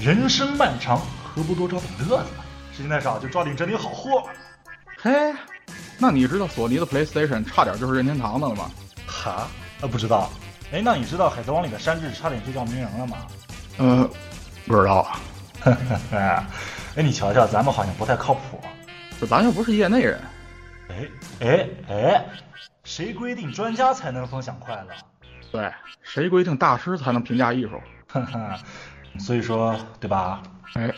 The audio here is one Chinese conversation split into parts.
人生漫长，何不多找点乐子嘛？时间太少，就抓紧整理好货吧。嘿，那你知道索尼的 PlayStation 差点就是任天堂的了吗？哈？啊，不知道。哎，那你知道《海贼王》里的山治差点就叫鸣人了吗？ 呃，不知道，啊，哎，你瞧瞧，咱们好像不太靠谱。这咱又不是业内人。哎哎哎，谁规定专家才能分享快乐？对，谁规定大师才能评价艺术？哈哈， 所以说，对吧？哎，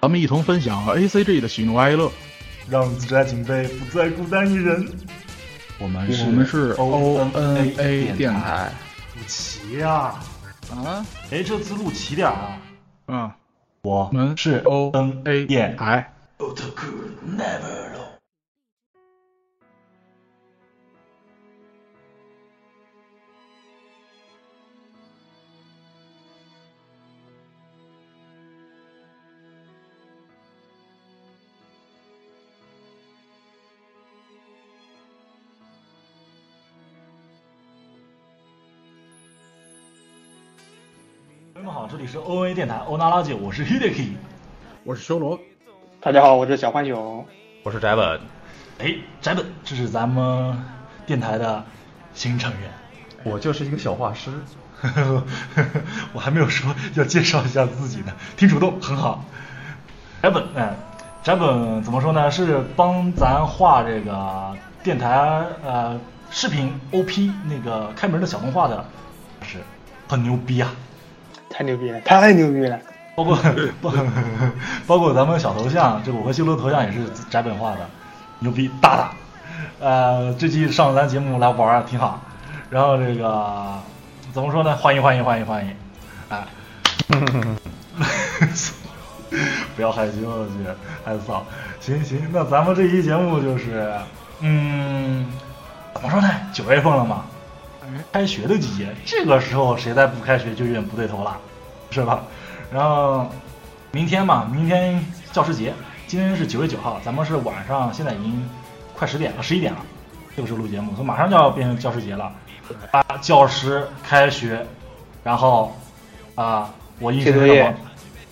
咱们一同分享 ACG 的喜怒哀乐。让自家警备不再孤单一人。我们我们是 ONA ONA 电台。不齐呀、啊，哎，这字录齐点儿啊！嗯，我 E 我们是 ONA 电电台。朋友们好，这里是 ONA 电台欧娜拉姐，我是 Hideki。我是修罗。大家好，我是小浣熊。我是翟本，哎，翟本，这是咱们电台的新成员。我就是一个小画师。 我还没有说要介绍一下自己呢，挺主动，很好。翟本，哎，翟本怎么说呢？是帮咱画这个电台呃视频 OP 那个开门的小动画的，是很牛逼啊！太牛逼了，太牛逼了！包括包包括咱们小头像，这我和修罗头像也是翟本画的，牛逼大大。呃，这期上咱节目来玩儿挺好，然后这个怎么说呢？欢迎欢迎欢迎欢迎，哎， 不要害羞，我去，害臊。行行，那咱们这期节目就是，嗯，怎么说呢？九月份了嘛，开学的季节，这个时候谁再不开学就有点不对头了，是吧？然后明天嘛，明天教师节，今天是九月九号，咱们是晚上，现在已经快十点了，十一点了，这个时候录节目，所以马上就要变成教师节了。啊，教师开学，然后啊，我印象写作中业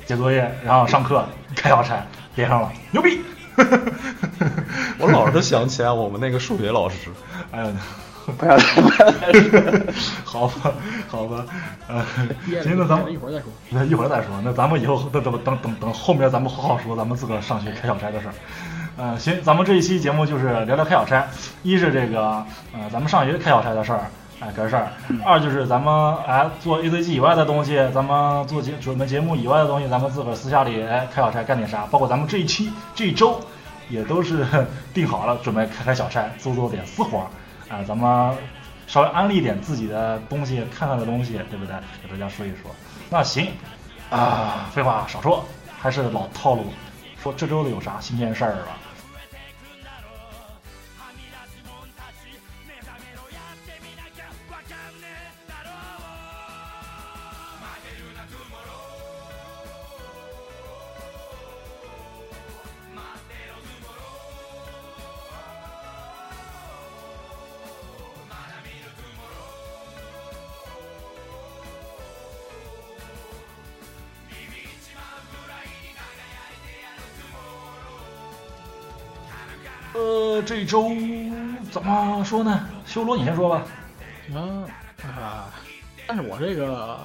我写作业，然后上课，开小差，连上了，牛逼！ 我老是想起来我们那个数学老师，哎呦， 不要再不要再说了，好吧，好吧， 呃，行，那咱们会儿再说。那一会儿再说，那咱们以后等等等等等后面咱们好好说咱们自个儿上学开小差的事儿。呃，行，咱们这一期节目就是聊聊开小差，一是这个呃咱们上学开小差的事儿，哎、个事儿；二就是咱们哎、做 ACG 以外的东西，咱们做节准备节目以外的东西，咱们自个儿私下里哎开小差干点啥，包括咱们这一期这一周也都是 定好了，准备开开小差，做做点私活儿，啊、咱们稍微安利一点自己的东西，看看的东西，对不对？给大家说一说。那行，啊，废话少说，还是老套路，说这周的有啥新鲜事儿吧？呃，这周怎么说呢？修罗，你先说吧。嗯啊，但是我这个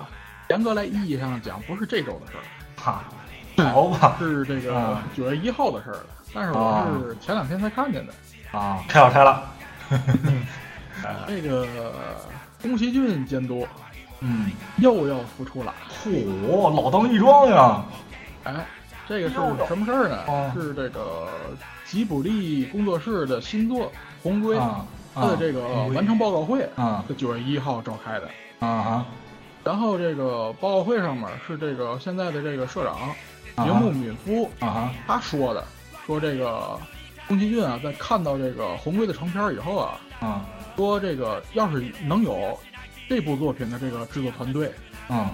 严格来意义上讲，不是这周的事儿，哈，嗯好吧。是这个啊九月一号的事儿了。但是我是前两天才看见的。啊，开小差了。哎这个宫崎骏监督嗯，又要复出了。嚯，老当益壮呀！哎，这个是什么事儿哦呢？是这个吉卜力工作室的新作《红龟》啊它的这个完成报告会啊在九月一号召开的。啊哈然后这个报告会上面是这个现在的这个社长啊铃木敏夫啊哈他说的，说这个宫崎骏啊，在看到这个红龟的成片以后啊，啊说这个要是能有这部作品的这个制作团队嗯，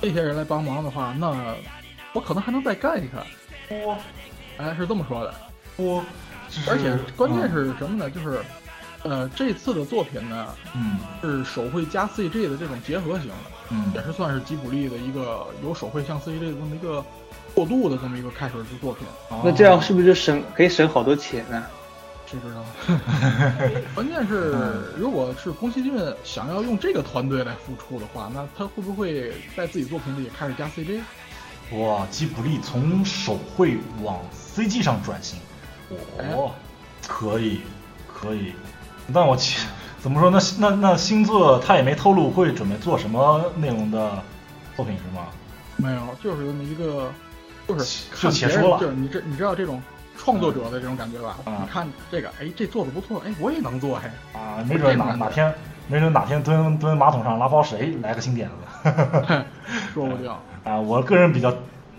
这些人来帮忙的话，那我可能还能再干一干。嚯哎，是这么说的。嚯，这是而且关键是什么呢？就是呃，这次的作品呢嗯是手绘加 CG 的这种结合型的，嗯也是算是吉卜力的一个由手绘向 CG 的这么一个过渡的这么一个开始之作品。嗯那这哦样是不是就省可以省好多钱呢？谁知道？ 关键是，嗯如果是宫崎骏想要用这个团队来复出的话，那他会不会在自己作品里也开始加 CG？哇，吉卜力从手绘往 CG 上转型，哦，可以，可以。但我其 怎么说呢？那那星座他也没透露会准备做什么内容的作品是吗？没有，就是这么一个，就是就看且别人说了就是你这你知道这种创作者的这种感觉吧？嗯你看这个，哎，这做的不错，哎，我也能 做，哎，啊，没准哪哪天，没准哪天蹲蹲马桶上拉泡谁来个新点子。说不定。 啊，我个人比较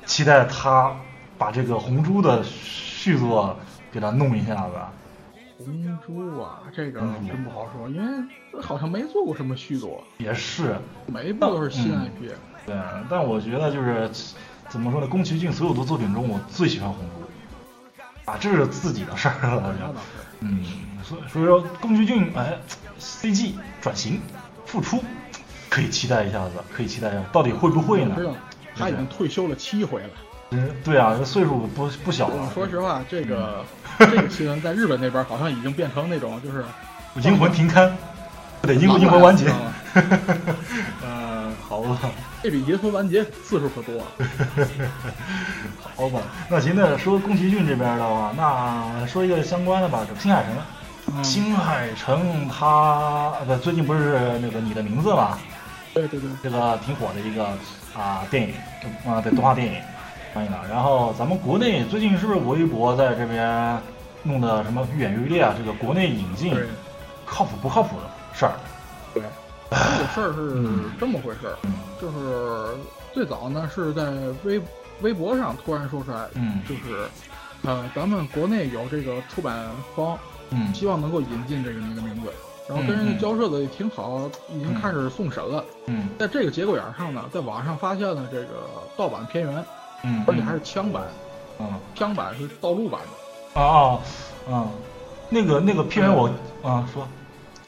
期待他把这个红猪的续作给他弄一下子。红猪啊，这个嗯真不好说，因为好像没做过什么续作，也是，每一部都是新嗯 IP。对，但我觉得就是怎么说呢，宫崎骏所有的作品中，我最喜欢红猪，啊，这是自己的事儿了，我觉那得倒。是，嗯，所以所以说宫崎骏哎，CG 转型复出，可以期待一下子，可以期待一下，到底会不会呢知？道他已经退休了七回了。嗯，对啊，这岁数不不小了我，说实话，这个嗯这个新闻在日本那边好像已经变成那种就是银魂停刊，不对，银魂老银魂板完结知道吗。 嗯，好吧，这比银魂完结次数可多了。 好吧。那行，那说宫崎骏这边的话，那说一个相关的吧，这个新海诚。嗯新海诚他呃不最近不是那个你的名字嘛，对对对，这个挺火的一个啊、电影啊对动画电影上映了。然后咱们国内最近是不是微博在这边弄的什么愈演愈烈啊？这个国内引进对靠谱不靠谱的事儿？对，这个事儿嗯是这么回事儿，就是最早呢是在微微博上突然说出来，嗯就是呃，咱们国内有这个出版方嗯希望能够引进这个你的名字，然后跟人嗯嗯家交涉的也挺好，已经开始送审了。嗯在这个节骨眼儿上呢，在网上发现了这个盗版片源，嗯，而且还是枪版，嗯枪版是盗录版的。啊啊嗯，那个那个片源我啊说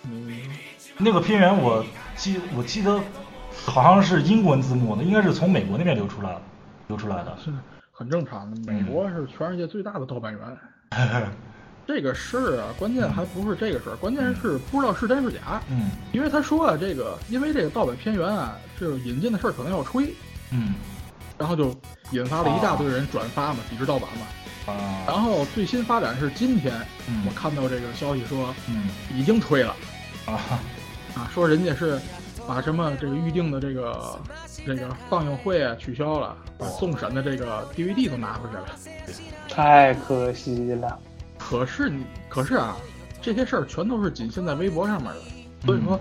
你那个片源我记我记得好像是英文字幕的，应该是从美国那边流出来流出来的。是很正常的，美国是全世界最大的盗版源。这个事儿啊，关键还不是这个事儿，关键是不知道是真是假。嗯因为他说啊，这个因为这个盗版片源啊，就是引进的事儿可能要吹，嗯然后就引发了一大堆人转发嘛，抵制盗版嘛。啊然后最新发展是今天嗯我看到这个消息说嗯已经吹了啊啊，说人家是把什么这个预定的这个这个放映会啊取消了，把送审的这个 DVD 都拿回去了。太可惜了。可是你，可是啊，这些事儿全都是仅限在微博上面的， 所以说、嗯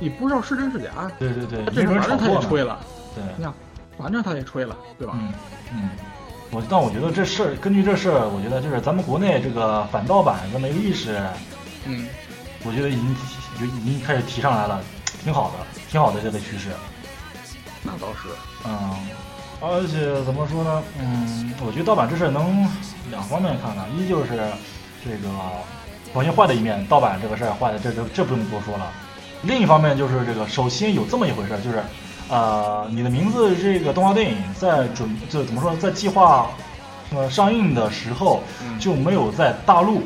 你不知道是真是假。对对对，这没事准炒儿反正他也作吹呢。了，对，你看，反正他也吹了，对吧？嗯嗯，我但我觉得这事儿根据这事儿，我觉得就是咱们国内这个反盗版这么一个意识，嗯，我觉得已经提已经开始提上来了，挺好的，挺好的这个趋势。那倒是，嗯，而且怎么说呢？嗯，我觉得盗版这事儿能两方面看呢，一就是这个表现坏的一面，盗版这个事儿坏的，这这这不用多说了。另一方面就是这个，首先有这么一回事儿，就是呃，你的名字这个动画电影在准就怎么说，在计划呃上映的时候就没有在大陆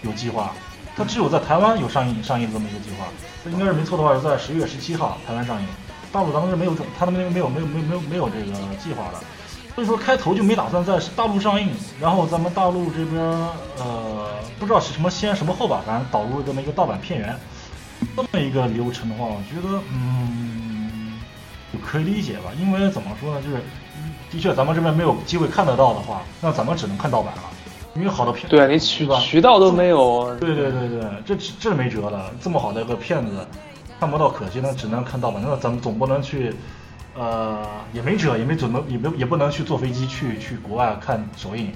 有计划。它只有在台湾有上映上映这么一个计划，它应该是没错的话是在十月十七号台湾上映，大陆咱们是没有准，他们那边没有没有没有没有没有这个计划的，所以说开头就没打算在大陆上映，然后咱们大陆这边呃不知道是什么先什么后吧，反正导入这么一个盗版片源，这么一个流程的话，我觉得嗯就可以理解吧，因为怎么说呢，就是嗯的确咱们这边没有机会看得到的话，那咱们只能看盗版了，因为好的片对啊你渠对吧渠道都没有，对对对对，这这没辙了。这么好的一个片子，看不到可惜，那只能看盗版。那咱们总不能去，呃，也没辙，也没准能，也没也不能去坐飞机去去国外看首映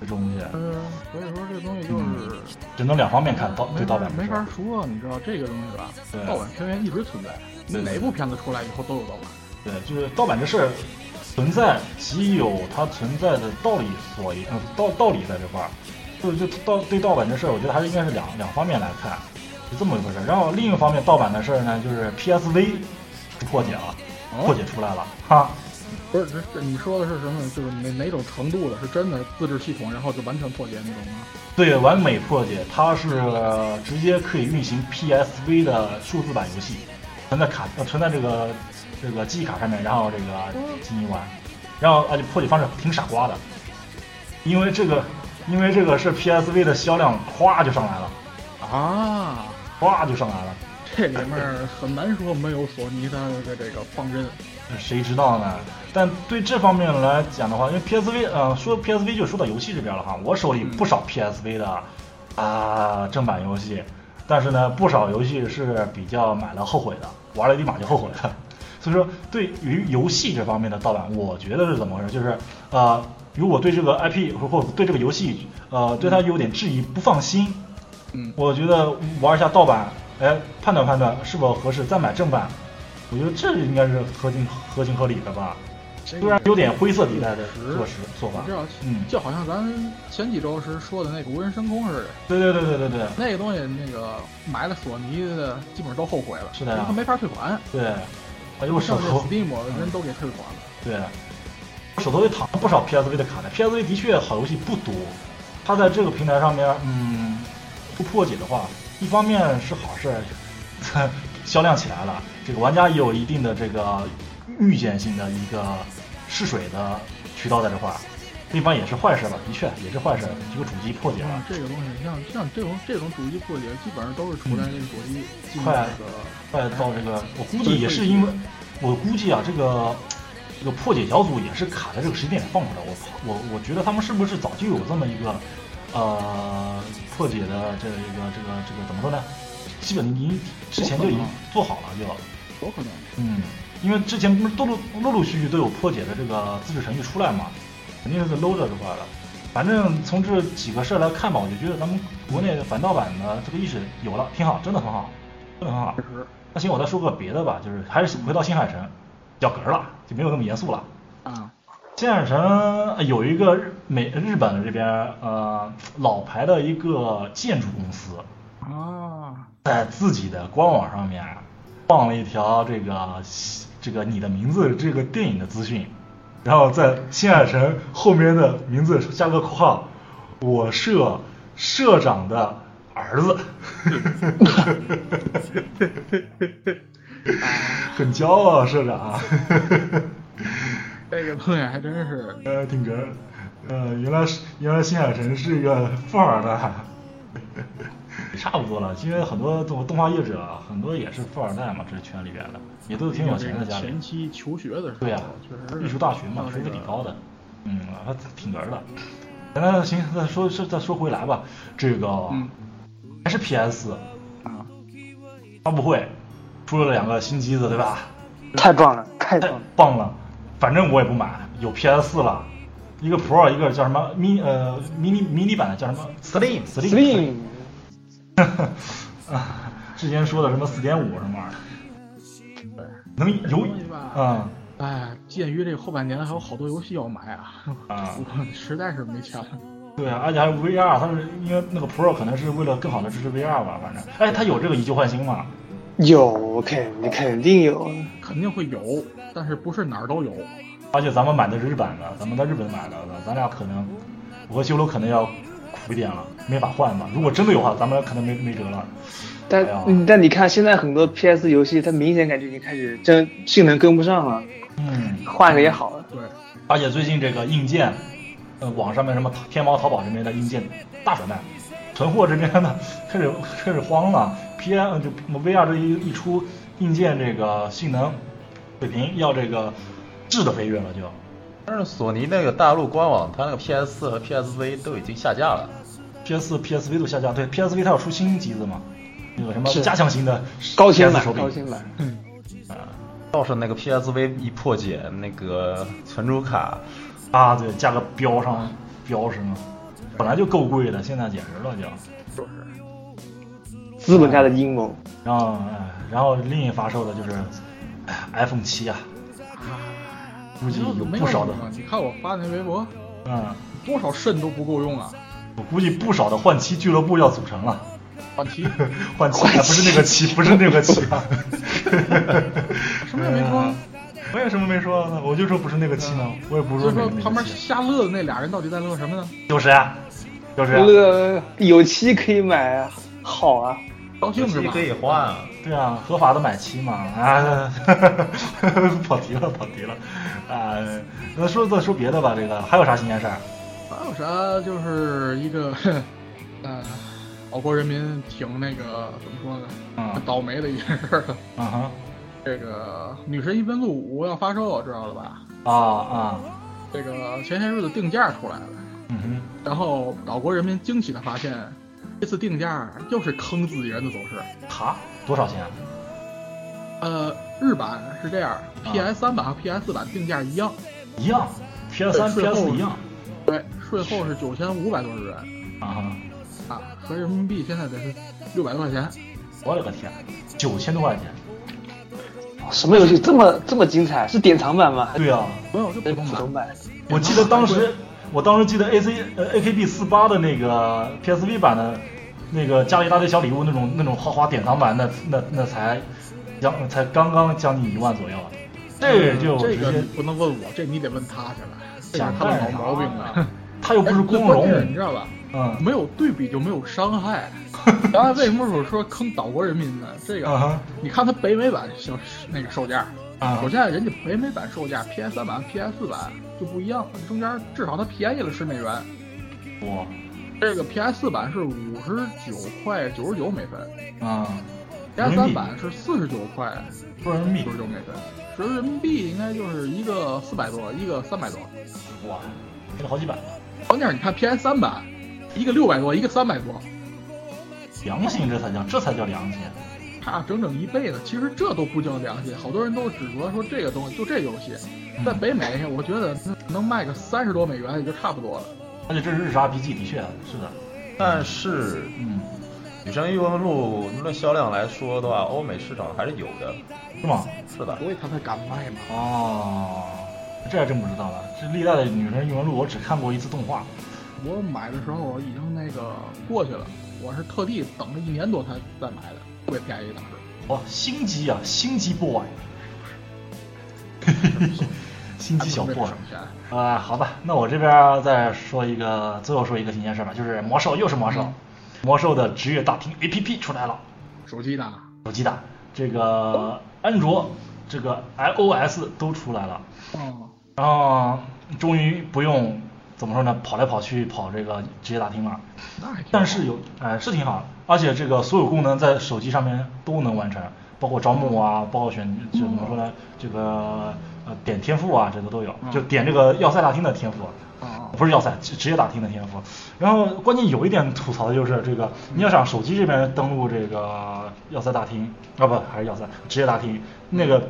这种东西，嗯、所以说这东西就是只能两方面看盗没对盗法版的没事法儿。说，你知道这个东西吧对？盗版片源一直存在，对哪部片子出来以后都有盗版。对，就是盗版这事儿存在，即有它存在的道理所以，呃，道道理在这块儿。就是就盗对盗版这事儿，我觉得还是应该是两两方面来看，是这么一回事儿。然后另一方面，盗版的事儿呢，就是 PSV 破解了，破哦，解出来了哈。不是，这是你说的是什么？就是哪哪种程度的？是真的自制系统，然后就完全破解那种吗？对，完美破解，它是直接可以运行 PSV 的数字版游戏，存在卡呃存在这个这个记忆卡上面，然后这个进行玩，然后而且破解方式挺傻瓜的，因为这个因为这个是 PSV 的销量咵就上来了，啊，咵就上来了， 这里面儿很难说没有索尼的这个这个放任。呃谁知道呢？但对这方面来讲的话，因为 PSV 呃说 PSV 就说到游戏这边了哈，我手里不少 PSV 的啊、正版游戏，但是呢不少游戏是比较买了后悔的，玩了立 马就后悔的。所以说对于游戏这方面的盗版，我觉得是怎么回事？就是呃如果对这个 IP 或或者对这个游戏呃对它有点质疑不放心，嗯，我觉得玩一下盗版，哎，判断判断是否合适，再买正版。我觉得这应该是合情合情合理的吧，虽虽然有点灰色地带的是做实做法你知。道，嗯就好像咱前几周时说的那个无人升空似的，对对对对对对那个东西那个买了索尼的，基本上都后悔了，是的呀他没法退款，对，哎呦我手上头 Steam 人都给退款了。对，我手头里躺着不少 PSV 的卡带，PSV 的确好游戏不多，它在这个平台上面，嗯，不破解的话，一方面是好事， 销量起来了，这个玩家也有一定的这个预见性的一个试水的渠道在这块儿，另一方也是坏事吧，的确也是坏事，这个主机破解了。嗯，这个东西像像这种这种主机破解，基本上都是出在这个主机进嗯入快啊那个快到这个，我估计也是因为，我估计啊，这个这个破解小组也是卡在这个时间点放出来。我我我觉得他们是不是早就有这么一个呃破解的这个一个这个这个怎么说呢？基本已经之前就已经做好了就，有可能。嗯，因为之前不是都陆陆陆续续都有破解的这个自制程序出来嘛，肯定是搂着这块儿的。反正从这几个事儿来看吧，我就觉得咱们国内的反盗版的这个意识有了，挺好，真的很好，真的很好。实那行，我再说个别的吧，就是还是回到新海诚，比较哏儿了，就没有那么严肃了。啊，新海诚呃有一个日美日本这边呃老牌的一个建筑公司，啊，在自己的官网上面放了一条这个这个你的名字这个电影的资讯，然后在新海诚后面的名字加个括号，我社社长的儿子，很骄傲啊，社长。这个东西还真是呃，挺哏儿。呃，原来是原来新海诚是一个富二代， 差不多了。因为很多动动画业者啊，很多也是富二代嘛，这圈里边的，也都是挺有钱的家里前。期求学的时候，对呀、确实啊艺术大学嘛，学学费挺高的。嗯，还挺哏儿的。那行，再说再再说回来吧，这个、嗯还是 PS 啊，发布会出了两个新机子，对吧？太棒了，太太棒了！棒了，反正我也不买，有 PS 了，一个 Pro，一个叫什么 mini 呃 mini mini 版的叫什么 Slim Slim， Slim， 啊，之前说的什么四点五什么玩意儿，能有东西吧啊哎，鉴于这后半年还有好多游戏要买啊，啊，我实在是没钱了。对啊，而且还有 VR，它是因为那个 Pro 可能是为了更好的支持 VR 吧，反正，哎，它有这个以旧换新嘛，有肯你肯定有，肯定会有，但是不是哪儿都有。而且咱们买的是日版的，咱们在日本买的，咱俩可能我和修罗可能要苦一点了，没法换吧，如果真的有话，咱们可能没没辙了。但、哎呀嗯但你看现在很多 PS 游戏，它明显感觉已经开始真性能跟不上了，嗯，换一个也好了。对，而且最近这个硬件，呃，网上面什么天猫、淘宝这边的硬件大甩卖，存货这边呢开始开始慌了。P N 就 VR 这一一出，硬件这个性能水平要这个质的飞跃了就。但是索尼那个大陆官网，它那个 PS 4和 PSV 都已经下架了。 P S P S V 都下架，对 P S V 它要出新机子嘛，那个什么是加强型的高清 PS 手版，柄高清版，倒是那个 PSV 一破解，那个存储卡啊，对，价格飙上飙升了，本来就够贵的，现在简直了就。就是资本家的阴谋。然后，哎，然后另一发售的就是哎 iPhone 七啊，估计有不少的，哎你看我发那微博，嗯，多少肾都不够用啊！我估计不少的换棋俱乐部要组成了。换题，换棋、哎不是那个棋，不是那个棋啊。什么也没说 嗯我也什么没说，啊我就说不是那个棋嘛，我也不所是以那说个那旁个边棋。瞎乐的那俩人到底在乐什么呢？就是啊，就是啊，乐有期可以买啊，好啊，高兴是机吧可？以换啊，对啊，合法的买棋嘛啊， 跑题了，跑题了啊。那说再说别的吧，这个还有啥新鲜事儿？还有啥？就是一个， 呃，我国人民挺那个怎么说呢，嗯倒霉的一件事儿。 嗯哼，这个《女神异闻录五》要发售，知道了吧？啊啊，这个前些日子定价出来了，嗯哼。然后岛国人民惊喜的发现，这次定价又是坑自己人的走势。哈，多少钱啊？呃，日版是这样，PS 三版和 PS 四版定价一样，一样，PS 三、对税 PS 后一样对，税后是九千五百多日元啊哈！啊，合人民币现在得是六百多块钱。我勒个天，九千多块钱！什么游戏这么这么精彩？是典藏版吗？还对啊，没有，就普是通普版通。版？我记得当时，我当时记得 A C 呃 A K B 四八的那个 PSV 版的，那个加了一大堆小礼物那种那种豪华典藏版，那那那才将才刚刚将近一万左右啊，这就嗯这直个你接不能问我，这你得问他去了，这是想他的干老啥毛病啊了。啊他又不是光哎最关键你荣知，道吧？嗯没有对比就没有伤害。 刚才为什么我说坑岛国人民呢？这啊个哈你看它北美版小那个售价，啊首先人家北美版售价 PS 三版、PS 四版就不一样，中间至少它便宜了十美元。我这个 PS 四版是五十九块九十九美分啊，PS 三版是四十九块多少人民九币十？九美分，折人民币应该就是一个四百多，一个三百多。哇，赔了好几百，关键是你看 PS 三版，一个六百多，一个三百多，良心这才叫这才叫良心。差整整一倍呢。其实这都不叫良心，好多人都指责说这个东西就这游戏，嗯在北美我觉得能卖个三十多美元也就差不多了。而且这是日式 RPG，的确啊是的，但是嗯， 《女神异闻录》论销量来说的话，欧美市场还是有的。是吗？是的，所以他才敢卖嘛。哦，这还真不知道了。这历代的女神异闻录我只看过一次动画，我买的时候已经那个过去了，我是特地等了一年多才再买的，特别便宜当时。哦，星机啊，星机 boy，星机小还不 boy 是为了。省钱。啊、好吧，那我这边再说一个，最后说一个新鲜事儿吧，就是魔兽又是魔兽，魔兽的职业大厅 APP 出来了，手机呢？手机的这个安卓、这个 iOS 都出来了。哦，然后终于不用怎么说呢，跑来跑去跑这个职业大厅了。那还挺好但是有，哎，是挺好的，而且这个所有功能在手机上面都能完成，包括招募啊，包括选就怎么说呢，这个呃点天赋啊，这个都有，就点这个要塞大厅的天赋。哦不是要塞，职职业大厅的天赋。然后关键有一点吐槽的就是这个，嗯你要想手机这边登录这个要塞大厅啊，不还是要塞职业大厅，那嗯个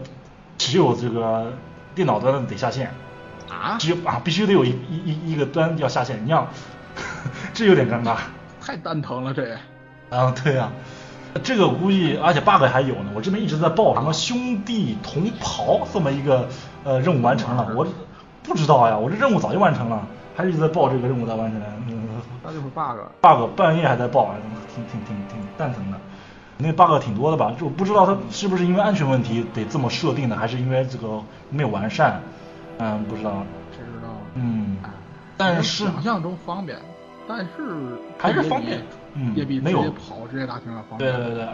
只有这个电脑端的得下线，啊，只有啊必须得有一一一一个端要下线，你要 这有点尴尬。太蛋疼了这。啊， 对呀、这个估计而且 bug 还有呢，我这边一直在报什么兄弟同袍这么一个呃任务完成了，我不知道呀，我这任务早就完成了，还是一直在报这个任务在完 成，嗯、那就是 bug。 bug 半夜还在报，啊挺挺挺挺蛋疼的。那 bug 挺多的吧？就我不知道它是不是因为安全问题得这么设定的，还是因为这个没有完善，嗯，不知道，谁知道？嗯哎，但是啊想象中方便，但是还是方便嗯也比没直有接跑直接打听要方对便。对对，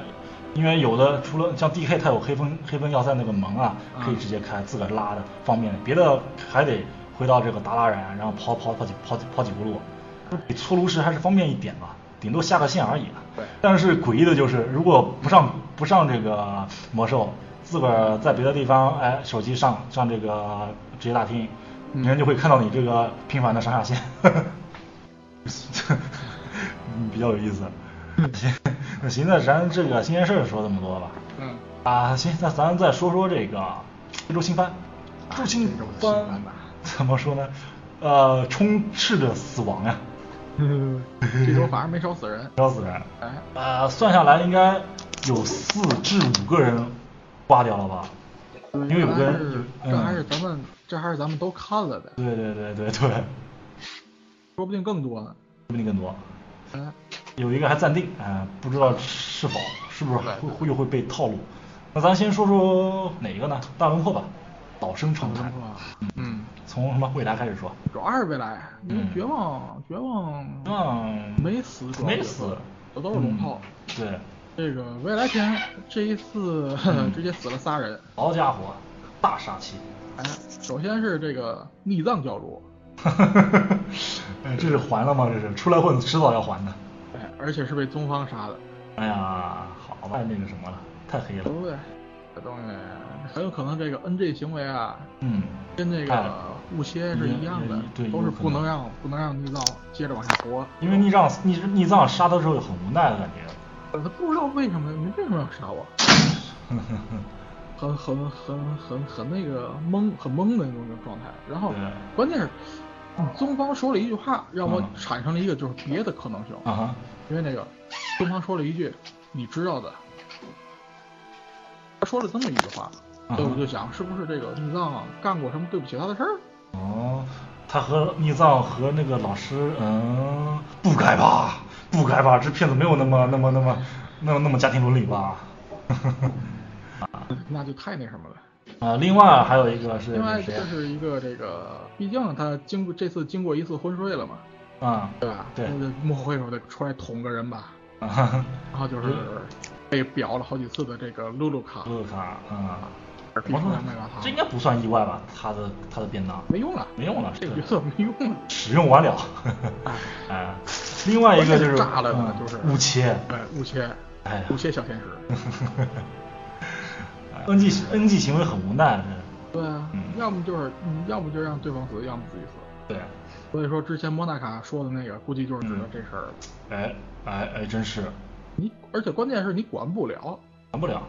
因为有的除了像 DK，它有黑风黑风要塞那个门啊，嗯可以直接开，自个儿拉的方便。别的还得回到这个达拉然，然后跑跑跑几跑几跑几步路，比搓炉石还是方便一点吧，顶多下个线而已。对但是诡异的就是，如果不上不上这个魔兽，自个儿在别的地方，哎，手机上上这个职业大厅，嗯人就会看到你这个频繁的上下 线。嗯比较有意思。行，那行，那咱这个新鲜事儿说这么多吧。嗯，啊，行，那咱再说说这个这周新番。周新这周啊的新番番吧 怎么说呢？呃，充斥着死亡呀、 这周反正没少死人。烧死人。哎，呃，算下来应该有四至五个人挂掉了吧？因为有个这还人是，有这还是嗯咱们这还是咱们都看了的，对对对对对，说不定更多呢。比你更多。嗯，有一个还暂定，啊、不知道是否是不是对会会又会被套路。那咱先说说哪个呢？大轮廓吧，岛生常谈是。吧？嗯，从什么未来开始说？主要是未来，因为嗯绝望，绝望，嗯，没死，主要没是死，这都是龙套。嗯对，这个未来天这一次嗯 直接死了仨人，好家伙，大杀气。哎，首先是这个逆藏教主， 哎这是还了吗？这是出来混，迟早要还的。哎，而且是被宗方杀的，哎呀，好吧，太那个什么了，太黑对了。不对？这东西很有可能这个 NG 行为啊，嗯，跟那哎个雾切是一样的也也，对都是有可不能能让不能让逆藏接着往下活。因为逆藏逆逆藏杀的时候有很无奈的感觉。呃他不知道为什么，你为什么要 杀我？哼哼哼很很很很很那个懵，很懵的那种状态。然后对哦关键是，嗯宗方说了一句话，让我嗯产生了一个就是别的可能性，啊哈，因为那个宗方说了一句你知道的，他说了这么一句话，嗯所以我就想是不是这个逆藏啊干过什么对不起他的事儿？哦，他和逆藏和那个老师，嗯，不该吧，不该吧，这骗子没有那么那么那么那么那么家庭伦理吧？ 那就太那什么了。啊，另外还有一个是另外谁啊这是一个这个，毕竟他经过这次经过一次昏睡了嘛，啊？对吧？对 那就幕后黑手得出来捅个人吧。啊哈哈，然后就是嗯被表了好几次的这个露露卡，卢卡啊，逼出来卖把糖这应该不算意外吧？他的他的便当没用了，没用了，这个是角色没用了。使用完了。 哎，另外一个就是关键是炸了呢嗯就是误切，哎，误切，哎呀误切小天使。 ，NG NG 行为很无奈，对啊嗯，要么就是，嗯要么就让对方死，要么自己死。这对，所以说之前莫纳卡说的那个，估计就是指的嗯这事儿。哎哎哎，真是你而且关键是你管不了，管不了。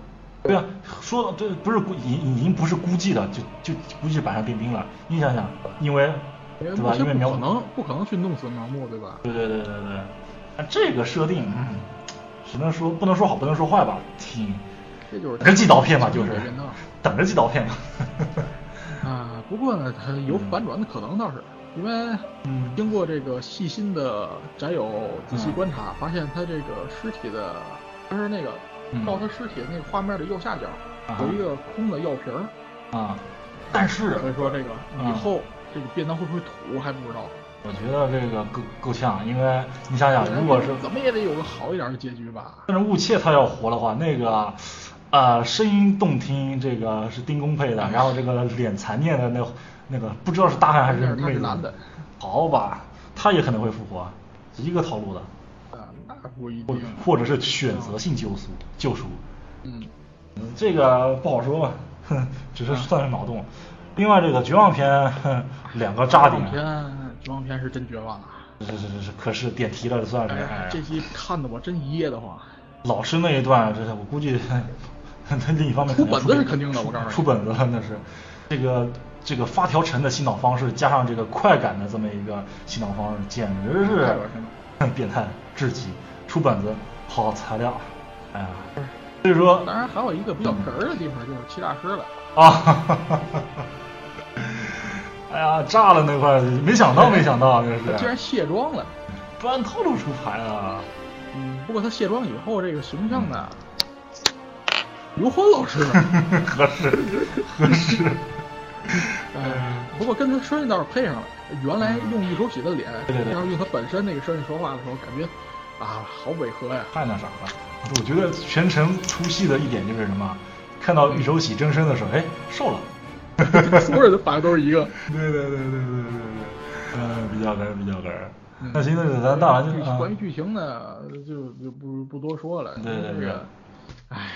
对啊，说这不是估已已经不是估计了，就就估计是板上钉钉了。你想想，因为因为对目吧？前因为不苗可能不可能去弄死苗木，对吧？对对对对对，但这个设定，嗯，只能说不能说好，不能说坏吧，挺这就是等着寄刀片嘛，就是变道等着寄刀片嘛。 啊。不过呢，它有反转的可能倒是，因为嗯经过这个细心的宅友仔细观察，发现他这个尸体的，就是那个嗯照他尸体的那个画面的右下角啊有一个空的药瓶儿，啊，但是所以说这个以嗯后这个便当会不会吐还不知道。我觉得这个够够呛，啊因为你想想，啊如果是怎么也得有个好一点的结局吧？但是雾切他要活的话，那个，呃，声音动听，这个是丁公配的，然后这个脸残念的那那个不知道是大汉还是但是他妹是子，男的，好吧，他也可能会复活，一个套路的，啊，那不一或定。或者是选择性救赎救赎，嗯，嗯这个不好说吧， 哼，只是算是脑洞。另外这个绝望篇，哼，两个渣绝点望，片，绝望片是真绝望啊！是是是是，可是点题了，算是。哎哎呀，这期看的我真噎得慌。老师那一段，这是我估计 他另一方面可出能本子是肯定的我告诉你出本子了那是。这个这个发条陈的洗脑方式，加上这个快感的这么一个洗脑方式，简直太是恶心 变态至极。出本子好材料，哎呀，所以说当然还有一个比较哏儿的地方就是七大师了。啊， 哈哈哈哎呀，炸了那块，没想到没想到，这他居然是卸妆了。不按套路出牌啊。嗯，不过他卸妆以后这个形象呢，刘欢老师， 合 适，合适。哎，不过跟他声音倒是配上了。原来用一手洗的脸，对对对然后用他本身那个声音说话的时候，感觉啊，好违和呀。太那啥了。我觉得全程出戏的一点就是什么，看到玉手洗真身的时候，哎，瘦了。 所有人的反应都是一个。对对对对对对对，嗯，比较哏儿，比较哏儿嗯。那行，那咱大完剧就啊关于，剧情呢，就就不不多说了。对对这对个，唉，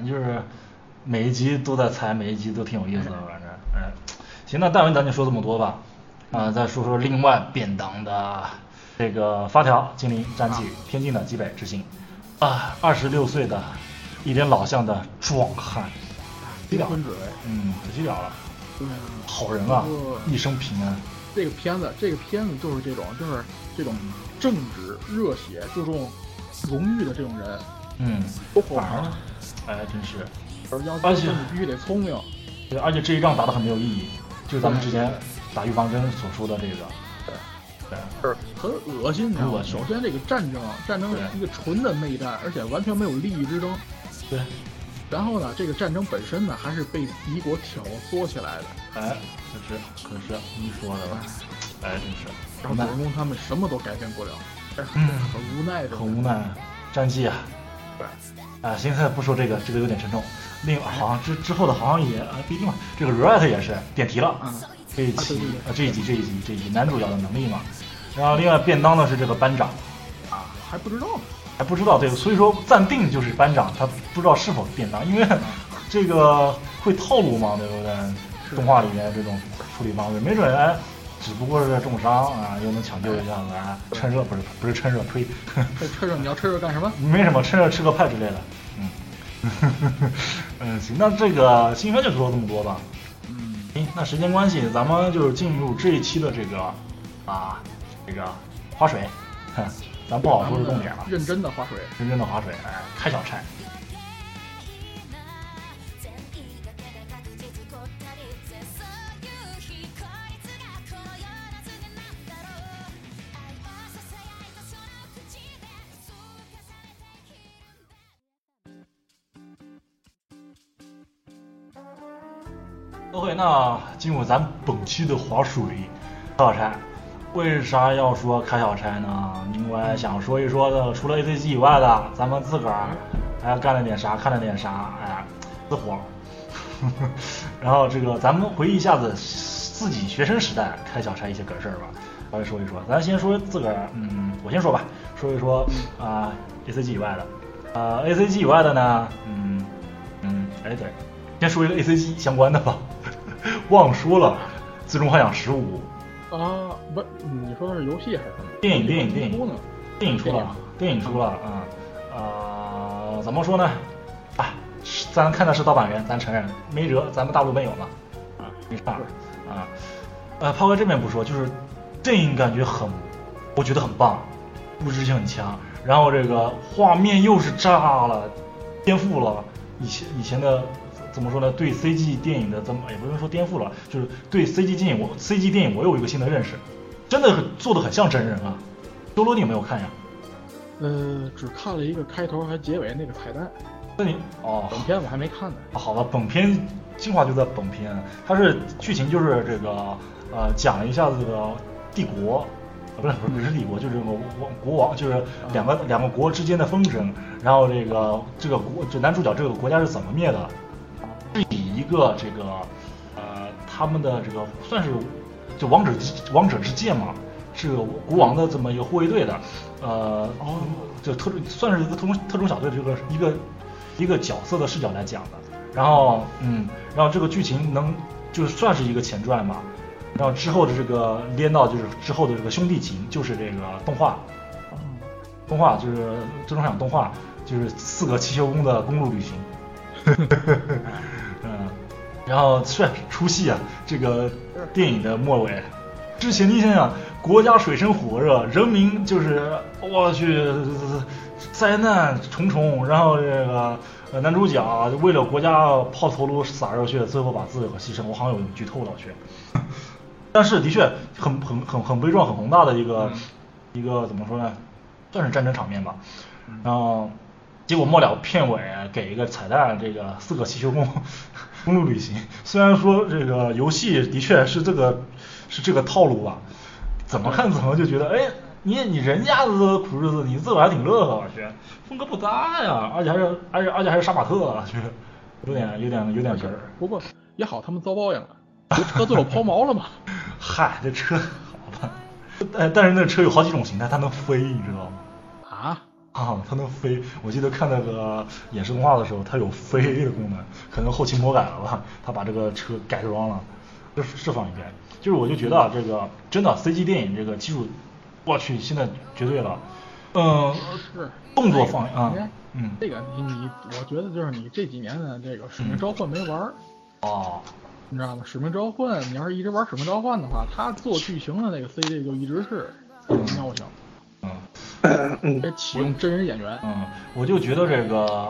就是每一集都在猜，每一集都挺有意思的，反正，哎，行，那大文咱就说这么多吧。啊、再说说另外便当的这个发条、精灵、战绩、天津的极北之星，啊，二十六岁的，一脸老相的壮汉，低离调婚指位。嗯，可惜了了，对啊，好人啊不，一生平安。这个片子，这个片子就是这种，就是这种正直、热血、注重荣誉的这种人，嗯，都火反了。而，哎，真是，而要而求且你必须得聪明，对而且这一仗打得很没有意义，就是咱们之前打预防针所说的这个，对是很恶心，你知道很吗恶？心首先，这个战争，啊战争是一个纯的内战，而且完全没有利益之争。对，然后呢，这个战争本身呢，还是被敌国挑唆起来的。哎，可是可是你说的吧，哎，真是，然后主人公他们什么都改变不了，但是很嗯很无奈的。很无奈，战绩啊，啊，行，不说这个，这个有点沉重。另外，好像之之后的好像也啊，毕竟嘛，这个 Riot 也是点题了，啊，这一啊对期对对啊，这一集这一集这一集男主角的能力嘛。然后另外便当呢是这个班长，啊还不知道呢。 还不知道对，所以说暂定就是班长，他不知道是否是便当，因为 这个会套路嘛，对不对？是动画里面这种处理方式，没准哎，只不过是重伤啊，又能抢救一下子啊，趁热不是不是趁热吹，这车上你要车上干什么？ 没什么，趁热吃个派之类的，嗯， 嗯，行，那这个新番就说这么多吧。嗯，行，那时间关系，咱们就是进入这一期的这个啊，这个划水， 哼，咱啊不好说是重点了，认真的划水。认真的划水，哎，开小差。各位，那进入咱本期的划水开小差。为啥要说开小差呢？因为想说一说的，除了 ACG 以外的，咱们自个儿还干了点啥，看了点啥，哎，自活儿。 然后这个，咱们回忆一下子自己学生时代开小差一些梗事儿吧，来说一说。咱先说自个儿，嗯，我先说吧，说一说啊、ACG 以外的，呃，ACG 以外的呢，嗯嗯，哎对，先说一个 ACG 相关的吧， 忘说了，《最终幻想十五》啊，不，你说的是游戏还是什么？电影电影电出呢影？电影出了，电影出了啊啊、呃怎么说呢？啊，是咱看的是盗版源，咱承认没辙，咱们大陆没有了。啊，没事儿啊。呃，抛开这边不说，就是电影感觉很，我觉得很棒，故事性很强，然后这个画面又是炸了，颠覆了以前以前的怎么说呢？对 CG 电影的怎么也不能说颠覆了，就是对 CG 电影我 CG 电影我有一个新的认识，真的很做的很像真人啊。修罗你有没有看呀？呃，只看了一个开头还结尾那个彩蛋，那你哦，本片我还没看呢。好吧，本片精华就在本片，它是剧情就是这个呃讲了一下这个帝国，啊不是不是不是帝国，就是这个王国王，就是两个、两个国之间的纷争，然后这个这个国就男主角这个国家是怎么灭的，是以一个这个呃他们的这个算是就王者之王者之剑嘛，是个国王的这么一个护卫队的，呃，就特种算是一个特种特种小队这个一个一个角色的视角来讲的。然后嗯，然后这个剧情能就算是一个前传嘛，然后之后的这个连到就是之后的这个兄弟情，就是这个动画，动画就是最终幻想动画，就是四个汽修工的公路旅行。嗯， 然后是出戏啊，这个电影的末尾，之前你想想，国家水深火热，人民就是我去灾难重重，然后这个呃男主角为了国家抛头颅洒热血，最后把自个牺牲，我好像有剧透了，我去。但是的确很很很很悲壮、很宏大的一个、一个怎么说呢，算是战争场面吧。然后结果末了片尾给一个彩蛋，这个四个汽修工公路旅行。虽然说这个游戏的确是这个是这个套路吧，怎么看怎么就觉得哎。你你人家的苦日子，你自个儿还挺乐呵，我去，风格不搭呀，而且还是，而且而且还是杀马特，啊我去，有点有点有点哏儿。不过也好，他们遭报应了，这车最后抛锚了嘛。 嗨，这车好吧，但但是那车有好几种形态，它能飞，你知道吗？啊，啊，它能飞。我记得看那个演示动画的时候，它有飞的功能，可能后期魔改了吧，它把这个车改装了。这是是放一边，就是我就觉得啊，这个真的 CG 电影这个技术，我去，现在绝对了。嗯，呃是动作放啊哎，嗯，这个你你，我觉得就是你这几年的这个使命召唤没玩儿，哦，你知道吗？使命召唤，你要是一直玩使命召唤的话，他做剧情的那个 CG 就一直是尿性，嗯嗯，得哎启用真人演员。嗯，我就觉得这个《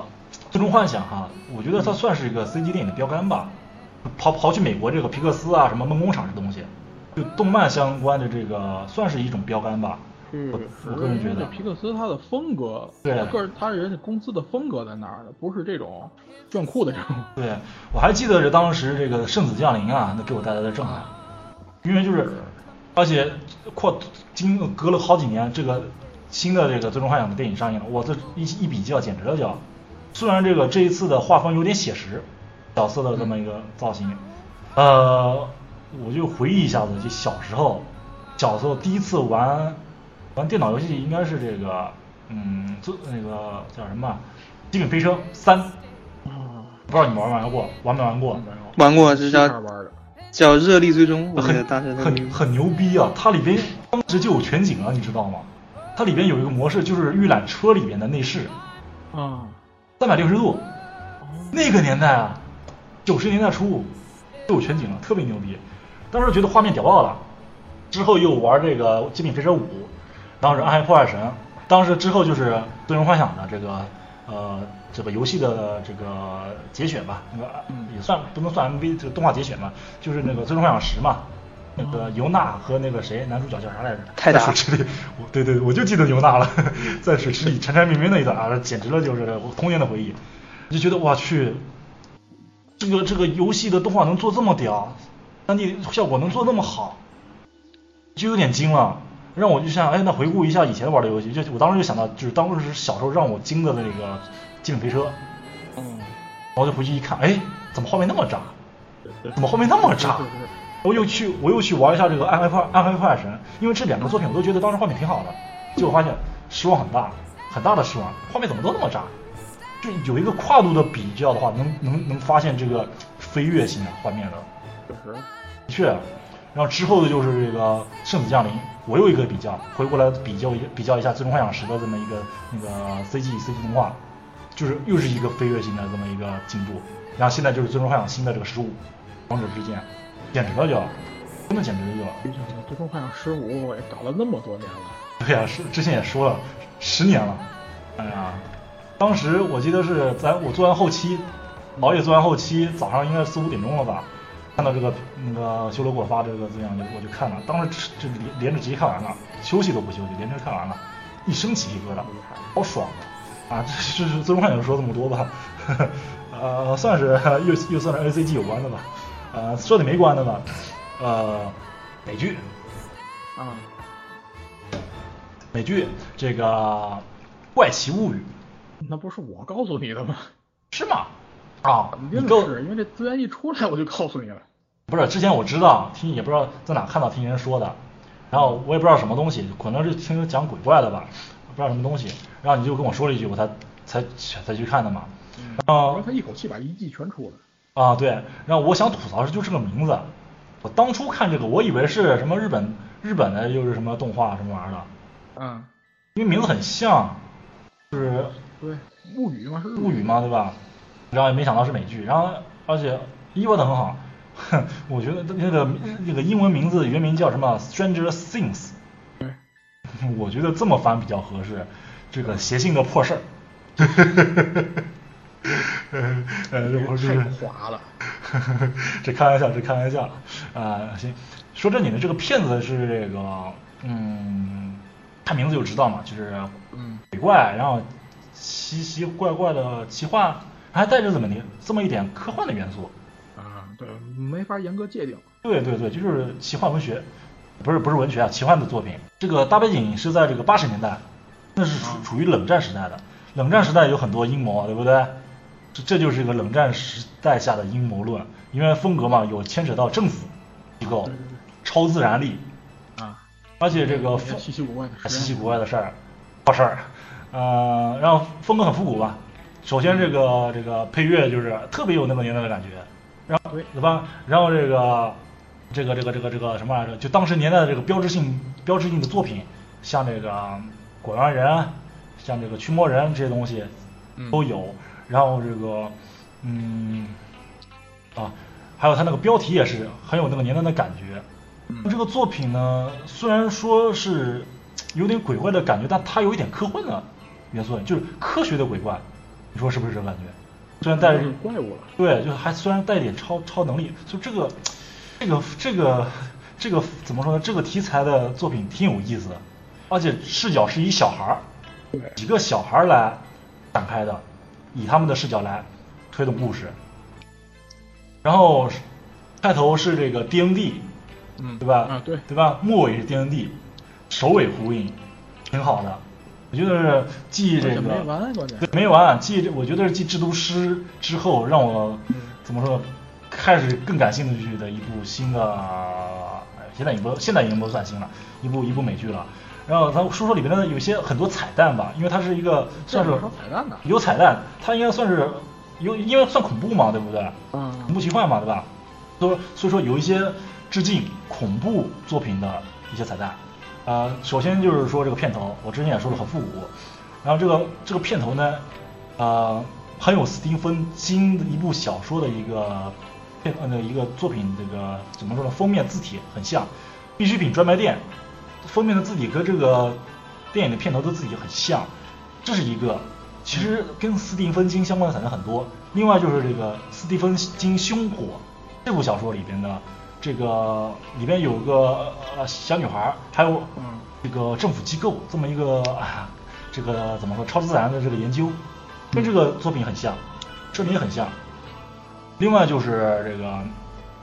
最终幻想》哈，我觉得它算是一个 CG 电影的标杆吧。刨刨去美国这个皮克斯啊，什么梦工厂这东西，就动漫相关的这个算是一种标杆吧。嗯，我个人觉得因为皮克斯他的风格，对他个人他人家公司的风格在那儿的，不是这种炫酷的这种。对，我还记得是当时这个《圣子降临》啊，那给我带来的震撼，因为就是，而且扩经隔了好几年，这个新的这个《最终幻想》的电影上映了，我这一一比较，简直了就。虽然这个这一次的画风有点写实，角色的这么一个造型，呃，我就回忆一下子，就小时候，小时候第一次玩玩电脑游戏应该是这个，嗯，最那个叫什么啊，《极品飞车三》。不知道你们玩没玩过，玩没哦玩过？ 玩过这这叫样玩的，叫热力追踪，我记得很当时那很很牛逼啊！它里边当时就有全景啊，你知道吗？它里边有一个模式，就是预览车里边的内饰，啊，三百六十度。那个年代啊，九十年代初就有全景了，特别牛逼。当时觉得画面屌爆了，之后又玩这个《极品飞车五》，当时《暗黑破坏神》，当时之后就是《最终幻想》的这个呃这个游戏的这个节选吧，那个也算不能算 MV 这个动画节选吧，就是那个《最终幻想十》嘛。那个尤娜和那个谁，男主角叫啥来着？泰达在水池里，我对对，我就记得尤娜了， 在水池里缠缠绵绵那一段啊，简直了就是我童年的回忆。你就觉得哇去，这个这个游戏的动画能做这么屌，3 D 效果能做那么好，就有点惊了。让我就想，哎，那回顾一下以前玩的游戏，就我当时就想到，就是当时小时候让我惊的那个《极品飞车》，嗯，然后就回去一看，哎，怎么画面那么渣？怎么画面那么渣？我又去我又去玩一下这个《暗黑破暗黑破坏神》，因为这两个作品我都觉得当时画面挺好的，结果发现失望很大，很大的失望，画面怎么都那么渣？就有一个跨度的比较的话，能能能发现这个飞跃性啊画面的，确实，的确。然后之后的就是这个《圣子降临》，我又一个比较，回过来比较一比较一下《最终幻想十》的这么一个那个 CG CG 动画，就是又是一个飞跃性的这么一个进步。然后现在就是《最终幻想新》的这个十五，王者之剑，简直了就，真的简直了就。最终幻想十五我也搞了那么多年了，对呀、是之前也说了，十年了。哎呀，当时我记得是咱我做完后期，熬夜做完后期，早上应该四五点钟了吧，看到这个那个修罗给我发这个资料，我就我就看了，当时这这连连着直接看完了，休息都不休息，连着看完了，一身起鸡皮疙瘩，好爽啊！ 啊，这是是最终幻想说这么多吧，呃，算是 又又算是 A C G 有关的吧，呃，说点没关的吧，呃，美剧。啊，美剧这个《怪奇物语那不是我告诉你的吗？》是吗？啊，肯你定够是因为这资源一出来我就告诉你了。不是？之前我知道，听也不知道在哪看到听人说的，然后我也不知道什么东西，可能是听人讲鬼怪的吧，不知道什么东西，然后你就跟我说了一句，我才才才去看的嘛。然然后后他一口气把一季全出了，啊，对，然后我想吐槽的就是这个名字，我当初看这个我以为是什么日本日本的又是什么动画什么玩意儿的，嗯，因为名字很像，就是对，物语嘛是物语嘛，对吧？然后也没想到是美剧，然后而且译播的很好， 哼，我觉得那个那个英文名字原名叫什么《Stranger Things》，我觉得这么翻比较合适，这个邪性的破事儿。 呃，我太 是滑了。这开玩笑，这开玩笑啊、行，说正经的，这个骗子是这个，嗯，看名字就知道嘛，就是嗯，鬼怪，然后奇奇怪怪的奇幻，还带着怎么的这么一点科幻的元素。啊，对，没法严格界定。对对对，就是奇幻文学，不是不是文学啊，奇幻的作品。这个大背景是在这个八十年代，那是处处于冷战时代的。冷战时代有很多阴谋啊，对不对？这这就是一个冷战时代下的阴谋论，因为风格嘛，有牵扯到政府机构、超自然力，啊，而且这个啊也风稀奇古怪的实验，稀奇古怪的事儿，破事儿，呃，然后风格很复古吧。首先这个这个配乐就是特别有那个年代的感觉，然后对对吧？然后这个这个这个这个这个什么来着？就当时年代的这个标志性标志性的作品，像这个拐弯人，像这个驱魔人这些东西嗯都有。然后这个嗯啊，还有它那个标题也是很有那个年代的感觉。这个作品呢，虽然说是有点鬼怪的感觉，但它有一点科幻的元素，就是科学的鬼怪，你说是不是这感觉？虽然带着就是怪物了。对，就是还虽然带点超超能力，就这个这个这个这个怎么说呢？这个题材的作品挺有意思的，而且视角是以小孩儿，对几个小孩儿来展开的，以他们的视角来推动故事。然后是开头是这个 D N D，嗯，对吧？啊，对，对吧？末尾是 D N D，首尾呼应，挺好的。我觉得是继这而且个没完啊关键对，没完。继我觉得是继《制毒师》之后，让我嗯怎么说，开始更感兴趣的一部新的，哎现在已经不现在已经不算新了，一部一部美剧了。然后他说说里边的有些很多彩蛋吧，因为它是一个算是这有啥彩蛋呢有彩蛋，它应该算是有，因为算恐怖嘛，对不对？嗯恐怖奇幻嘛，对吧？所以说所以说有一些致敬恐怖作品的一些彩蛋。呃，首先就是说这个片头，我之前也说了很复古，然后这个这个片头呢，呃，很有斯蒂芬金的一部小说的一个片呃一个作品，这个怎么说呢？封面字体很像，必需品专卖店封面的字体跟这个电影的片头的字体很像，这是一个。其实跟斯蒂芬金相关的彩蛋很多，另外就是这个斯蒂芬金《凶火》这部小说里边的这个里边有个呃小女孩儿，还有嗯这个政府机构这么一个啊，这个怎么说超自然的这个研究，跟这个作品很像，这里也很像。另外就是这个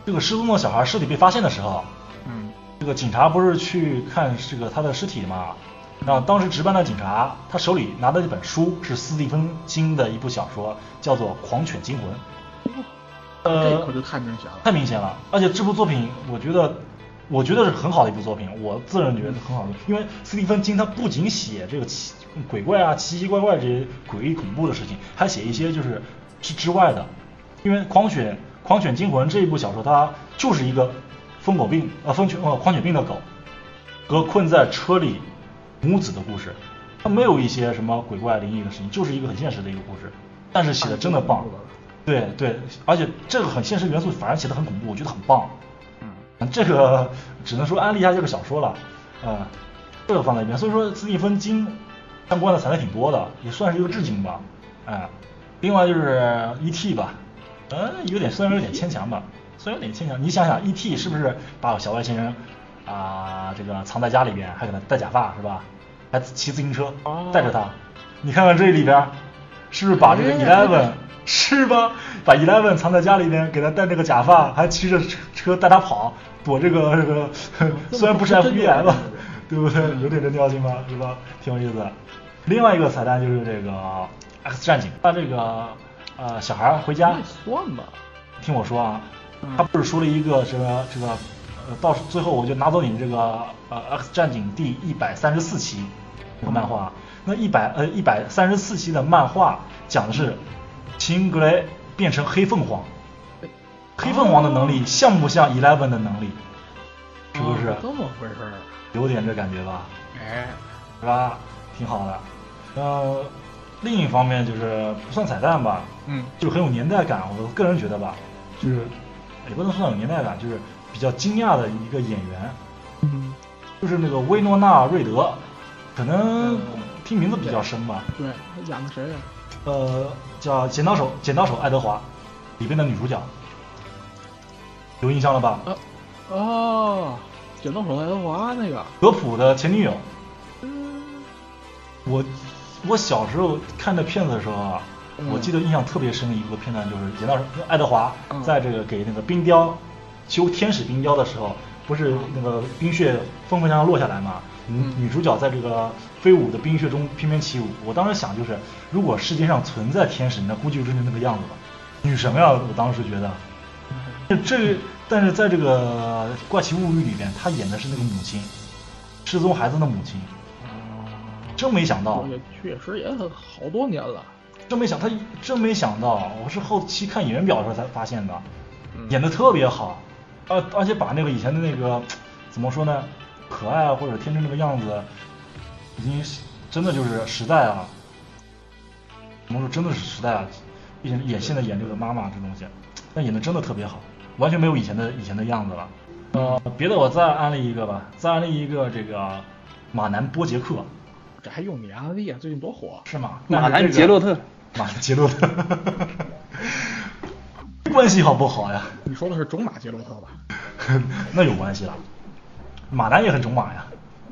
这个失踪的小孩尸体被发现的时候，嗯这个警察不是去看这个他的尸体嘛？那当时值班的警察，他手里拿的一本书是斯蒂芬金的一部小说，叫做《狂犬惊魂》。这呃可，就太明显了太明显了。而且这部作品，我觉得，我觉得是很好的一部作品，我自认觉得很好的，因为斯蒂芬金他不仅写这个奇鬼怪啊、奇奇怪怪这些诡异恐怖的事情，还写一些就是之之外的。因为《狂犬狂犬惊魂》这一部小说，它就是一个疯狗病呃疯犬呃狂犬病的狗和困在车里母子的故事，它没有一些什么鬼怪灵异的事情，就是一个很现实的一个故事，但是写的真的棒。对对，而且这个很现实元素反而写的很恐怖，我觉得很棒。嗯，这个只能说安利一下这个小说了，呃，这个放在一边。所以说斯蒂芬金相关的材料挺多的，也算是一个致敬吧，哎、另外就是 E.T. 吧，嗯，有点虽然有点牵强吧，虽然有点牵强。你想想，E.T. 是不是把小外星人啊、这个藏在家里边，还给他戴假发是吧？还骑自行车哦带着他，你看看这里边儿是不是把这个哎 Eleven 是吧？把 Eleven 藏在家里面，给他戴这个假发，还骑着车车带他跑，躲这个这个， 虽然不是这么真有 FBI 吧点， 对不对？有点这尿性吧，是吧？挺有意思的。另外一个彩蛋就是这个 X 战警，他这个呃小孩儿回家那，算吧，听我说啊嗯，他不是说了一个这个这个，呃，到最后我就拿走你这个呃《X 战警》第一百三十四期嗯这个漫画，那一百呃一百三十四期的漫画讲的嗯是秦格雷变成黑凤凰，哦黑凤凰的能力像不像 Eleven 的能力？是不是哦这么回事儿？有点这感觉吧？哎，是吧？挺好的。呃，另一方面就是不算彩蛋吧，嗯就很有年代感。我个人觉得吧，就是也不能算有年代感，就是比较惊讶的一个演员，嗯，就是那个薇诺娜·瑞德，可能嗯听名字比较深吧，对，他演的谁呀？啊呃，叫《剪刀手剪刀手爱德华》里边的女主角，有印象了吧？啊哦，剪刀手爱德华那个，德普的前女友。嗯，我我小时候看这片子的时候啊，嗯我记得印象特别深的一个片段就是演到爱德华嗯在这个给那个冰雕修天使冰雕的时候，不是那个冰雪纷纷向上落下来嘛，女嗯女主角在这个飞舞的冰雪中翩翩起舞。我当时想就是，如果世界上存在天使，那估计就是那个样子吧，女神呀、我当时觉得。嗯这这，但是在这个《怪奇物语》里边，她演的是那个母亲，失踪孩子的母亲。真没想到，哦也确实也很好多年了，真没想，他真没想到，我是后期看演员表的时候才发现的，嗯演的特别好，呃，而且把那个以前的那个怎么说呢，可爱啊或者天真那个样子，已经是真的就是时代啊，怎么说真的是时代啊，毕竟演现在演这个妈妈这东西，但演的真的特别好，完全没有以前的以前的样子了。呃，别的我再安利一个吧，再安利一个这个马南波杰克，这还用你安利啊？最近多火！是吗？马但是兰这个杰洛特，马兰杰洛特， 关系好不好呀？你说的是种马杰洛特吧？ 那有关系了。马男也很种马呀。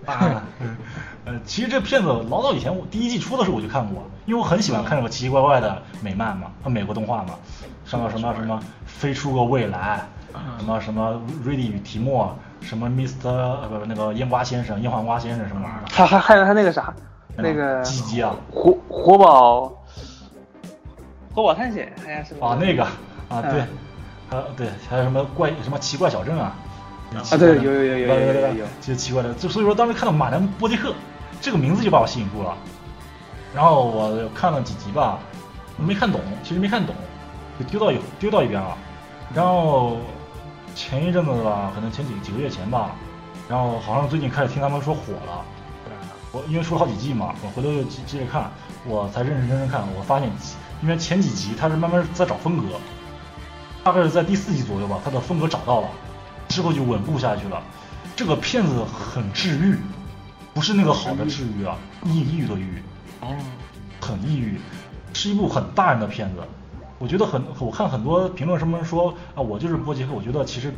啊，呃，其实这片子老早以前我第一季出的时候我就看过，因为我很喜欢看这种奇奇怪怪的美漫嘛，啊，美国动画嘛，什么什么什么飞出个未来，啊什么什么瑞利与提莫，什么 Mr 呃不不那个烟瓜先生、烟黄瓜先生什么玩意儿的，他还还有他那个啥，那个哎鸡鸡啊活活宝，活宝探险，哎呀什么啊那个啊嗯对，还有对还有什么怪什么奇怪小镇啊。啊对有有有有有有有有就奇怪的，就所以说当时看到马南波迪克这个名字就把我吸引住了，然后我看了几集吧，没看懂，其实没看懂，就丢到一丢到一边了。然后前一阵子吧，可能前几几个月前吧，然后好像最近开始听他们说火了，我因为出了好几季嘛，我回头就接接着看，我才认认真真看，我发现因为前几集他是慢慢在找风格，大概是在第四集左右吧，他的风格找到了，之后就稳固下去了。这个片子很治愈，不是那个好的治愈啊，抑抑郁的郁，哦，很抑郁，是一部很大人的片子。我觉得很，我看很多评论什么人说啊，我就是波杰克，我觉得其实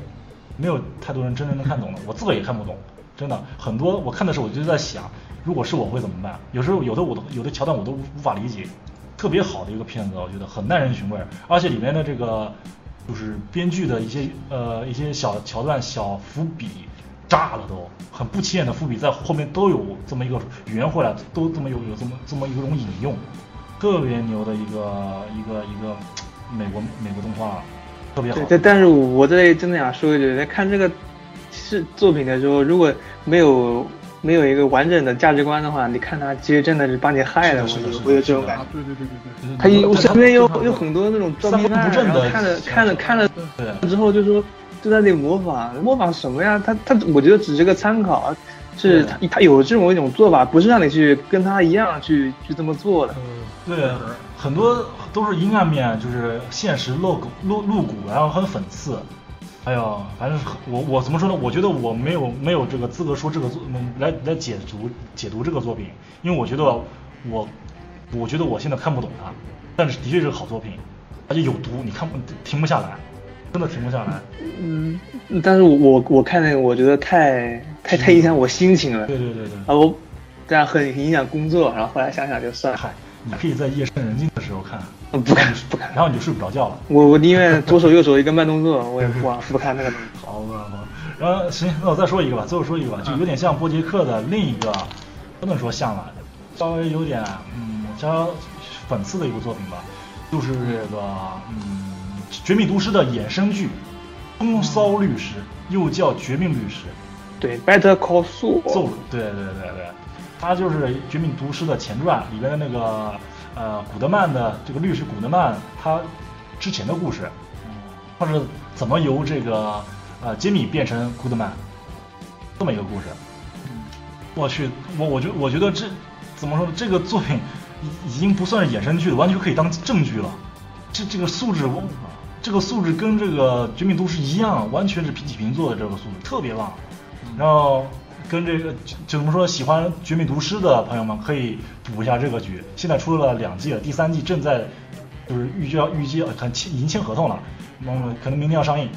没有太多人真正能看懂的，我自个儿也看不懂，真的很多我看的时候我就在想，如果是我会怎么办？有时候有的我都有的桥段我都无无法理解，特别好的一个片子，我觉得很耐人寻味，而且里面的这个就是编剧的一些呃一些小桥段、小伏笔，炸了都，很不起眼的伏笔在后面都有这么一个圆回来，都这么有有这么这么一种引用，特别牛的一个一个一个美国美国动画，特别好对，。但但是我这里真的想说一句，在看这个是作品的时候，如果没有没有一个完整的价值观的话，你看它其实真的是把你害了，我是的是的我有这种是的感觉啊。，对对对对对，他有它身边有有它很多那种装逼三观犯，不正然后的看了小看了看了对之后就说就在那里模仿，模仿什么呀？他他我觉得只是个参考，啊是他他有这种一种做法，不是让你去跟他一样去去这么做的。对，很多都是阴暗面，就是现实露骨露露骨，然后很讽刺。哎呦，反正是很我我怎么说呢？我觉得我没有没有这个资格说这个作嗯来来解读解读这个作品，因为我觉得我我觉得我现在看不懂它，但是的确是个好作品，而且有毒，你看不停不下来，真的停不下来。嗯，但是我我我看那个，我觉得太太太影响我心情了。对对对对。啊，我这样很很影响工作，然后后来想想就算了，嗨，你可以在夜深人静的时候看，嗯不看不看。然后你就睡不着觉了。我我宁愿左手右手一个慢动作，我也 不往不看那个东西。好吧，好吧。然后行，那我再说一个吧，最后说一个吧，就有点像波杰克的另一个，不能说像了，稍微有点嗯，稍稍讽刺的一部作品吧，就是这个嗯，《绝命毒师》的衍生剧《风骚律师》，又叫《绝命律师》。对，Better Call Saul，揍对对对对，他就是《绝命毒师》的前传里边的那个呃古德曼的这个律师古德曼他之前的故事，他是怎么由这个呃杰米变成古德曼这么一个故事。我去，我我觉我觉得这怎么说呢？这个作品已已经不算是衍生剧了，完全可以当正剧了。这这个素质，我这个素质跟这个《绝命毒师》一样，完全是平起平坐的这个素质，特别棒。然后跟这个就就怎么说，喜欢《绝命毒师》的朋友们可以补一下这个剧，现在出了两季了，第三季正在就是预计要预计很签已经签合同了，那么可能明天要上映，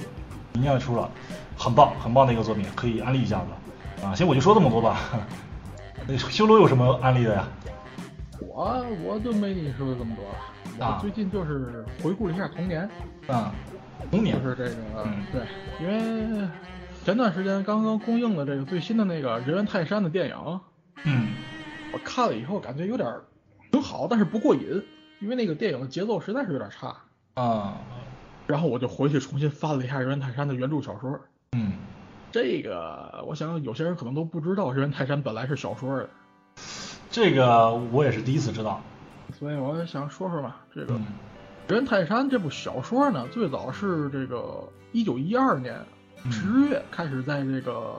明天要出了，很棒很棒的一个作品，可以安利一下子啊。行，我就说这么多吧。 修罗有什么安利的呀？我我就没你说的这么多了。啊我最近就是回顾了一下童年，啊，童年就是这个、嗯对，因为前段时间刚刚公映的这个最新的那个《人猿泰山》的电影，嗯我看了以后感觉有点儿挺好，但是不过瘾，因为那个电影的节奏实在是有点差。啊然后我就回去重新翻了一下《人猿泰山》的原著小说。嗯，这个我想有些人可能都不知道，《人猿泰山》本来是小说的，这个我也是第一次知道。所以我想说说嘛，这个《嗯人猿泰山》这部小说呢，最早是这个一九一二年嗯十月开始在这个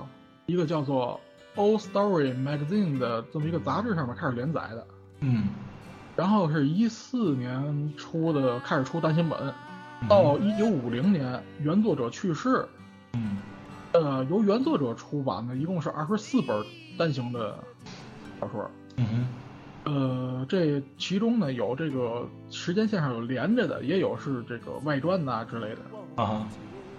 一个叫做《Old Story Magazine》的这么一个杂志上面开始连载的，嗯，然后是一四年出的开始出单行本，嗯到一九五零年原作者去世，嗯呃，由原作者出版的一共是二十四本单行的小说。嗯哼呃，这其中呢有这个时间线上有连着的，也有是这个外传呐、之类的啊哈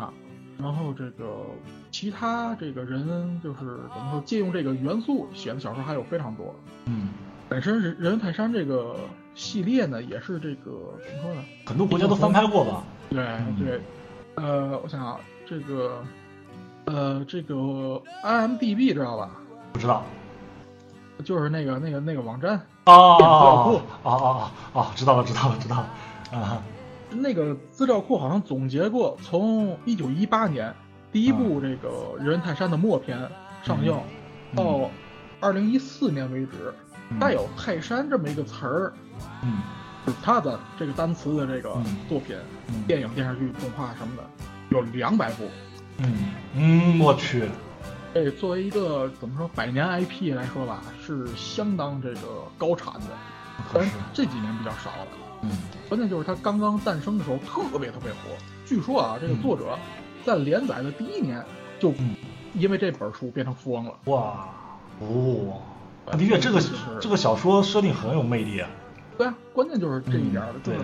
啊。然后这个其他这个人就是怎么说，借用这个元素写的小说还有非常多。嗯，本身人人猿泰山这个系列呢，也是这个怎么说呢？很多国家都翻拍过吧？对嗯对，呃，我想想，这个，呃，这个 IMDB 知道吧？不知道。就是那个那个那个网站，哦哦哦哦哦，知道了知道了知道了啊！那个资料库好像总结过，从一九一八年第一部这个《人泰山》的默片上映，啊嗯到二零一四年为止，嗯带有“泰山”这么一个词儿，嗯它的这个单词的这个嗯作品，嗯电影、电视剧、动画什么的，有两百部。嗯嗯，我去，这作为一个怎么说百年 IP 来说吧，是相当这个高产的，可但是是这几年比较少了。嗯关键就是它刚刚诞生的时候特别特别火。据说啊，这个嗯作者在连载的第一年就嗯因为这本书变成富翁了。哇哦，的确这个这个小说设定很有魅力啊！对啊，关键就是这一点儿嗯的。对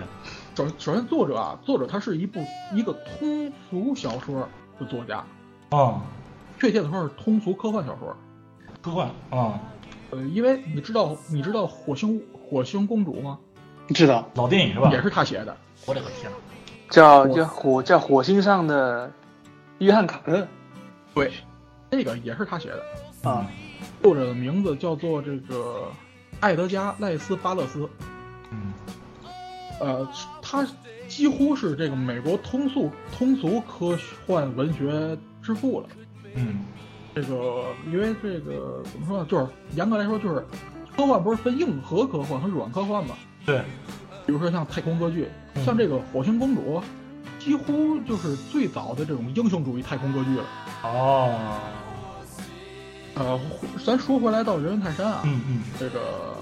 就是首首先作者啊，作者他是一部一个通俗小说的作家，啊，确切的说是通俗科幻小说。科幻啊，呃，因为你知道你知道火星火星公主吗？知道老电影是吧？也是他写的。我的个天哪！叫我叫火叫火星上的约翰卡特对，那个也是他写的。嗯啊，作者的名字叫做这个艾德加·赖斯·巴勒斯，嗯呃，他几乎是这个美国通俗通俗科幻文学之父了。嗯这个因为这个怎么说呢，就是严格来说就是科幻不是分硬核科幻和软科幻嘛？对，比如说像太空歌剧，嗯像这个《火星公主》，几乎就是最早的这种英雄主义太空歌剧了。哦，呃，咱说回来到《人猿泰山》啊，嗯嗯这个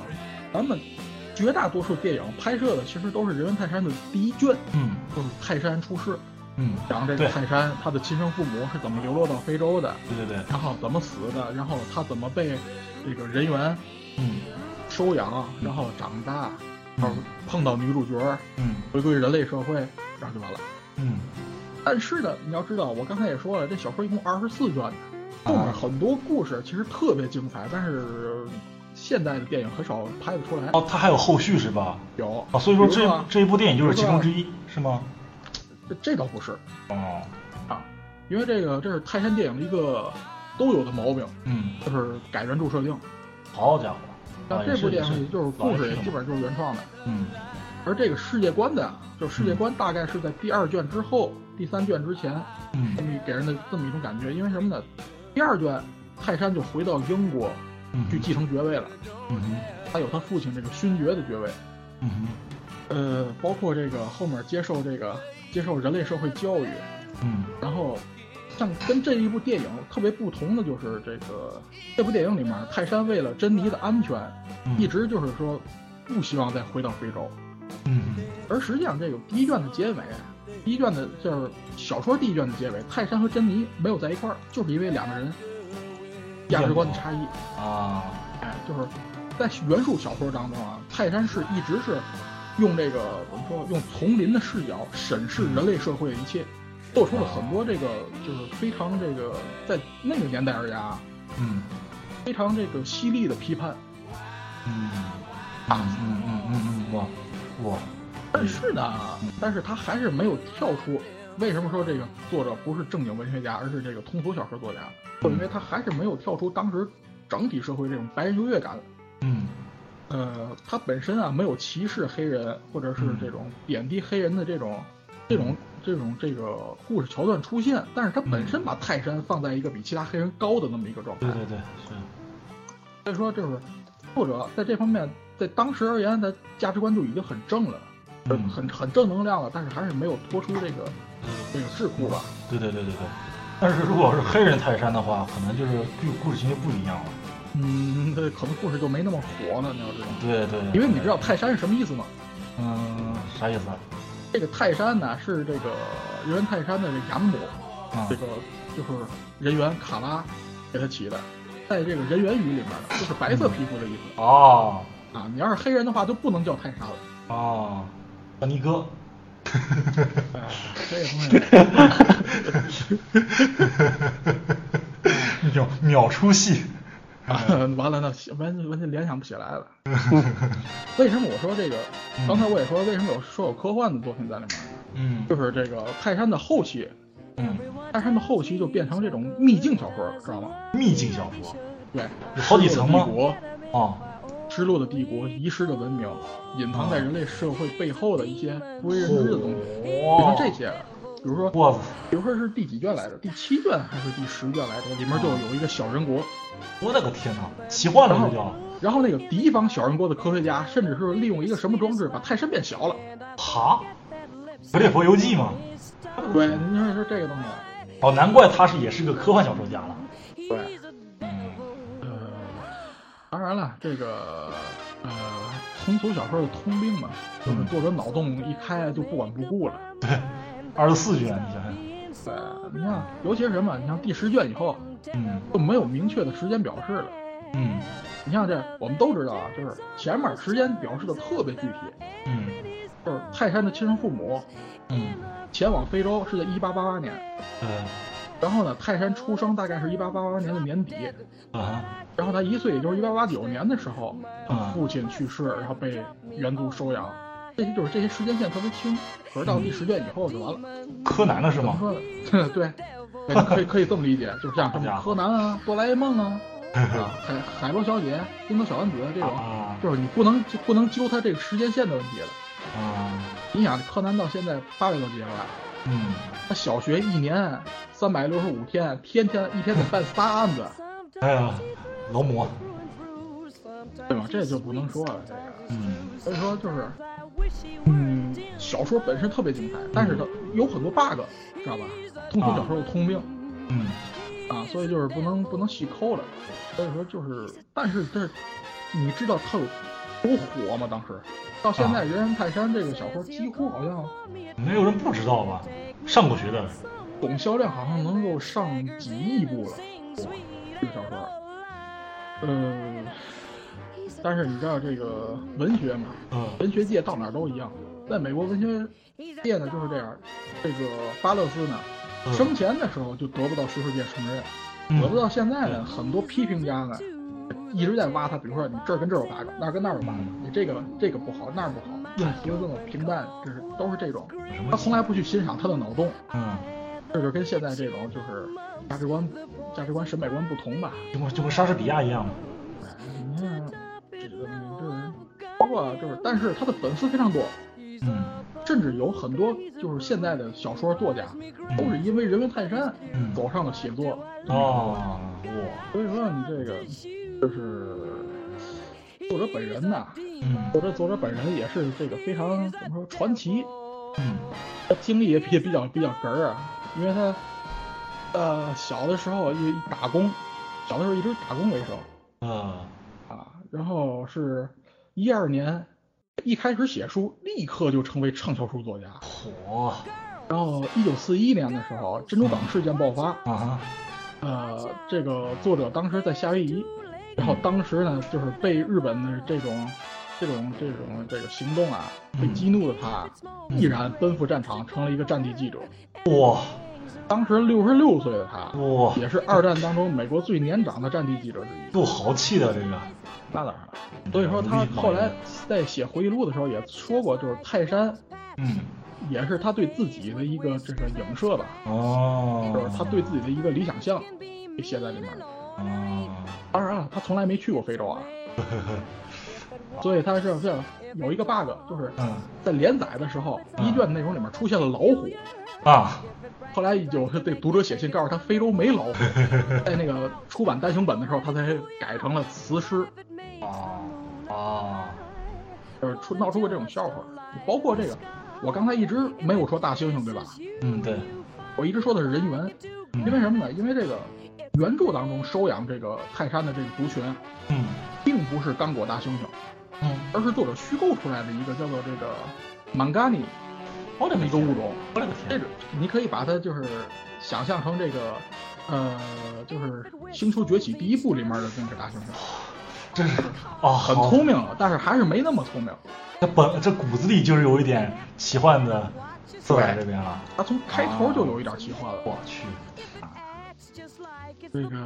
咱们绝大多数电影拍摄的其实都是人猿泰山的第一卷，嗯就是泰山出世，嗯，讲这对个泰山他的亲生父母是怎么流落到非洲的，对对对，然后怎么死的，然后他怎么被这个人猿嗯收养，然后长大，然后碰到女主角，嗯回归人类社会，然后就完了。嗯但是呢，你要知道，我刚才也说了，这小说一共二十四卷，啊后面很多故事其实特别精彩，但是现代的电影很少拍得出来。哦，它还有后续是吧？有啊，所以说比如这啊这一部电影就是其中之一，是吗？这这倒不是哦，啊，因为这个这是泰山电影的一个都有的毛病，嗯，就是改原著设定。好家伙，那啊这部电也是影就是故事也基，本上就是原创的，也是嗯而这个世界观的，就世界观大概是在第二卷之后、第三卷之前，这嗯么一给人的这么一种感觉。因为什么呢？第二卷泰山就回到英国嗯，去继承爵位了，嗯哼，他有他父亲这个勋爵的爵位，嗯哼，呃，包括这个后面接受这个接受人类社会教育，嗯然后，像跟这一部电影特别不同的就是这个，这部电影里面泰山为了珍妮的安全，嗯，一直就是说不希望再回到非洲。嗯而实际上，这个第一卷的结尾，第一卷的就是小说第一卷的结尾，泰山和珍妮没有在一块儿，就是因为两个人价值观的差异。哼啊，哎，就是在原著小说当中啊，泰山是一直是用这个怎么说，用丛林的视角审视人类社会的一切，做出了很多这个就是非常这个在那个年代而言啊，嗯非常这个犀利的批判。啊嗯嗯嗯嗯嗯嗯，哇哇，但是呢，但是他还是没有跳出。为什么说这个作者不是正经文学家，而是这个通俗小说作家？就因为他还是没有跳出当时整体社会这种白人优越感嗯呃，他本身啊没有歧视黑人或者是这种贬低黑人的这种、这种、这种这个故事桥段出现，但是他本身把泰山放在一个比其他黑人高的那么一个状态对，对对，是，所以说就是作者在这方面在当时而言，他价值观就已经很正了，嗯很很正能量了，但是还是没有脱出这个这个桎梏吧。对对对对对。但是如果是黑人泰山的话，可能就是故故事情节不一样了。嗯，那可能故事就没那么火了，你要知道，对对，因为你知道，泰山是什么意思吗？嗯，啥意思啊？这个泰山呢是这个人猿泰山的这养母。啊这，个就是人猿卡拉给他起的，在这个人猿语里面呢，就是白色皮肤的意思哦啊。你要是黑人的话，就不能叫泰山了。哦，大尼哥。哎，这个东西，秒秒出戏。 完了，那完完全联想不起来了。 为什么我说这个？刚才我也说，为什么有说有科幻的作品在里面？嗯就是这个泰山的后期，嗯，泰山的后期就变成这种秘境小说，知道吗？秘境小说对，有好几层吗失落的帝哦，国，失落的帝国，遗失的文明，隐藏在人类社会背后的一些不为人知的东西，哦变成这些了。比如说，我操比如说是第几卷来着？第七卷还是第十卷来着？里面就有一个小人国，我的个天哪，奇幻了然后这叫。然后那个敌方小人国的科学家，甚至是利用一个什么装置把泰山变小了。哈，不列佛游记吗？对，你说是这个东西。哦，难怪他是也是个科幻小说家了。对，嗯呃，当然了，这个呃，通俗小说的通病嘛，就是嗯作者脑洞一开就不管不顾了。对，二十四卷，你想想，对，你看，尤其是什么，你像第十卷以后嗯就没有明确的时间表示了。嗯你像这，我们都知道啊，就是前面时间表示的特别具体，嗯就是泰山的亲生父母嗯，前往非洲是在一八八八年，对，然后呢，泰山出生大概是一八八八年的年底，啊然后他一岁，也就是一八八九年的时候，他嗯父亲去世，然后被原族收养。这些就是这些时间线特别清，可是到第十卷以后就完了。柯南了是怎么吗？说呢？ 对，对可以可以这么理解，就是像什么柯南啊、哆啦 A 梦啊、啊海海螺小姐、樱桃小丸子这种，啊就是你不能就不能揪他这个时间线的问题了。啊，你想，柯南到现在八百多集了吧，嗯，他小学一年三百六十五天，天天一天得办仨案子，哎呀，劳模，对吧？这就不能说了，这个。嗯所以说就是，嗯，小说本身特别精彩，但是它有很多 bug，知道吧？通俗小说有通病嗯啊，所以就是不能不能细抠了。所以说就是，但是这你知道它有多火吗？当时到现在，《人人泰山》这个小说几乎好像没有人不知道吧？上过学的，总销量好像能够上几亿部了，这个小说。嗯，但是你知道这个文学嘛，嗯文学界到哪儿都一样，在美国文学界呢就是这样。这个巴勒斯呢，嗯生前的时候就得不到学术界承认，得嗯不到现在呢，很多批评家呢一直在挖他，比如说你这儿跟这儿有 bug，那儿跟那儿有 bug，你这个这个不好，那儿不好，用词这么平淡，这是都是这种。嗯什么他从来不去欣赏他的脑洞，嗯，这就跟现在这种就是价值观、价值观、审美观不同吧。就跟就跟莎士比亚一样嘛。你看这个东西就是，包括就是，但是他的粉丝非常多。嗯甚至有很多就是现在的小说作家，都是因为《人为泰山嗯》走上了写作。哦，我所以说，你这个就是作者本人呐，嗯作者作者本人也是这个非常怎么说传奇，嗯他经历也比也比较比较哏儿啊，因为他呃小的时候一一打工，小的时候一直打工为生呃啊，然后是一二年一开始写书，立刻就成为畅销书作家。火然后，一九四一年的时候，珍珠港事件爆发。啊哈呃，这个作者当时在夏威夷，然后当时呢，就是被日本的这种、这种、这种这个行动啊，被激怒的他，毅然奔赴战场，成了一个战地记者。哇当时六十六岁的他，哇，也是二战当中美国最年长的战地记者之一。够豪气的这个。那当然了，所以说他嗯后来在写回忆录的时候也说过，就是泰山嗯也是他对自己的一个这个影射吧。哦，就是他对自己的一个理想像给写在里面了。哦，当然了，他从来没去过非洲啊，所以他是这有一个 bug，就是嗯在连载的时候，第一卷内容里面出现了老虎。啊，后来有这读者写信告诉他，非洲没老虎。在那个出版单行本的时候，他才改成了词诗，啊啊，就是出闹出过这种笑话。包括这个，我刚才一直没有说大猩猩，对吧？嗯，对，我一直说的是人猿，因为什么呢？因为这个原著当中收养这个泰山的这个族群，嗯并不是刚果大猩猩，嗯，而是作者虚构出来的一个叫做这个满嘎尼我哦这的个么一个天物，种。我的个这天，种你可以把它就是想象成这个，呃，就是《星球崛起》第一部里面的那个大猩猩，真是啊，很好聪明了，但是还是没那么聪明。这本这骨子里就是有一点奇幻的色彩这边了。他从开头就有一点奇幻了。我去，这个，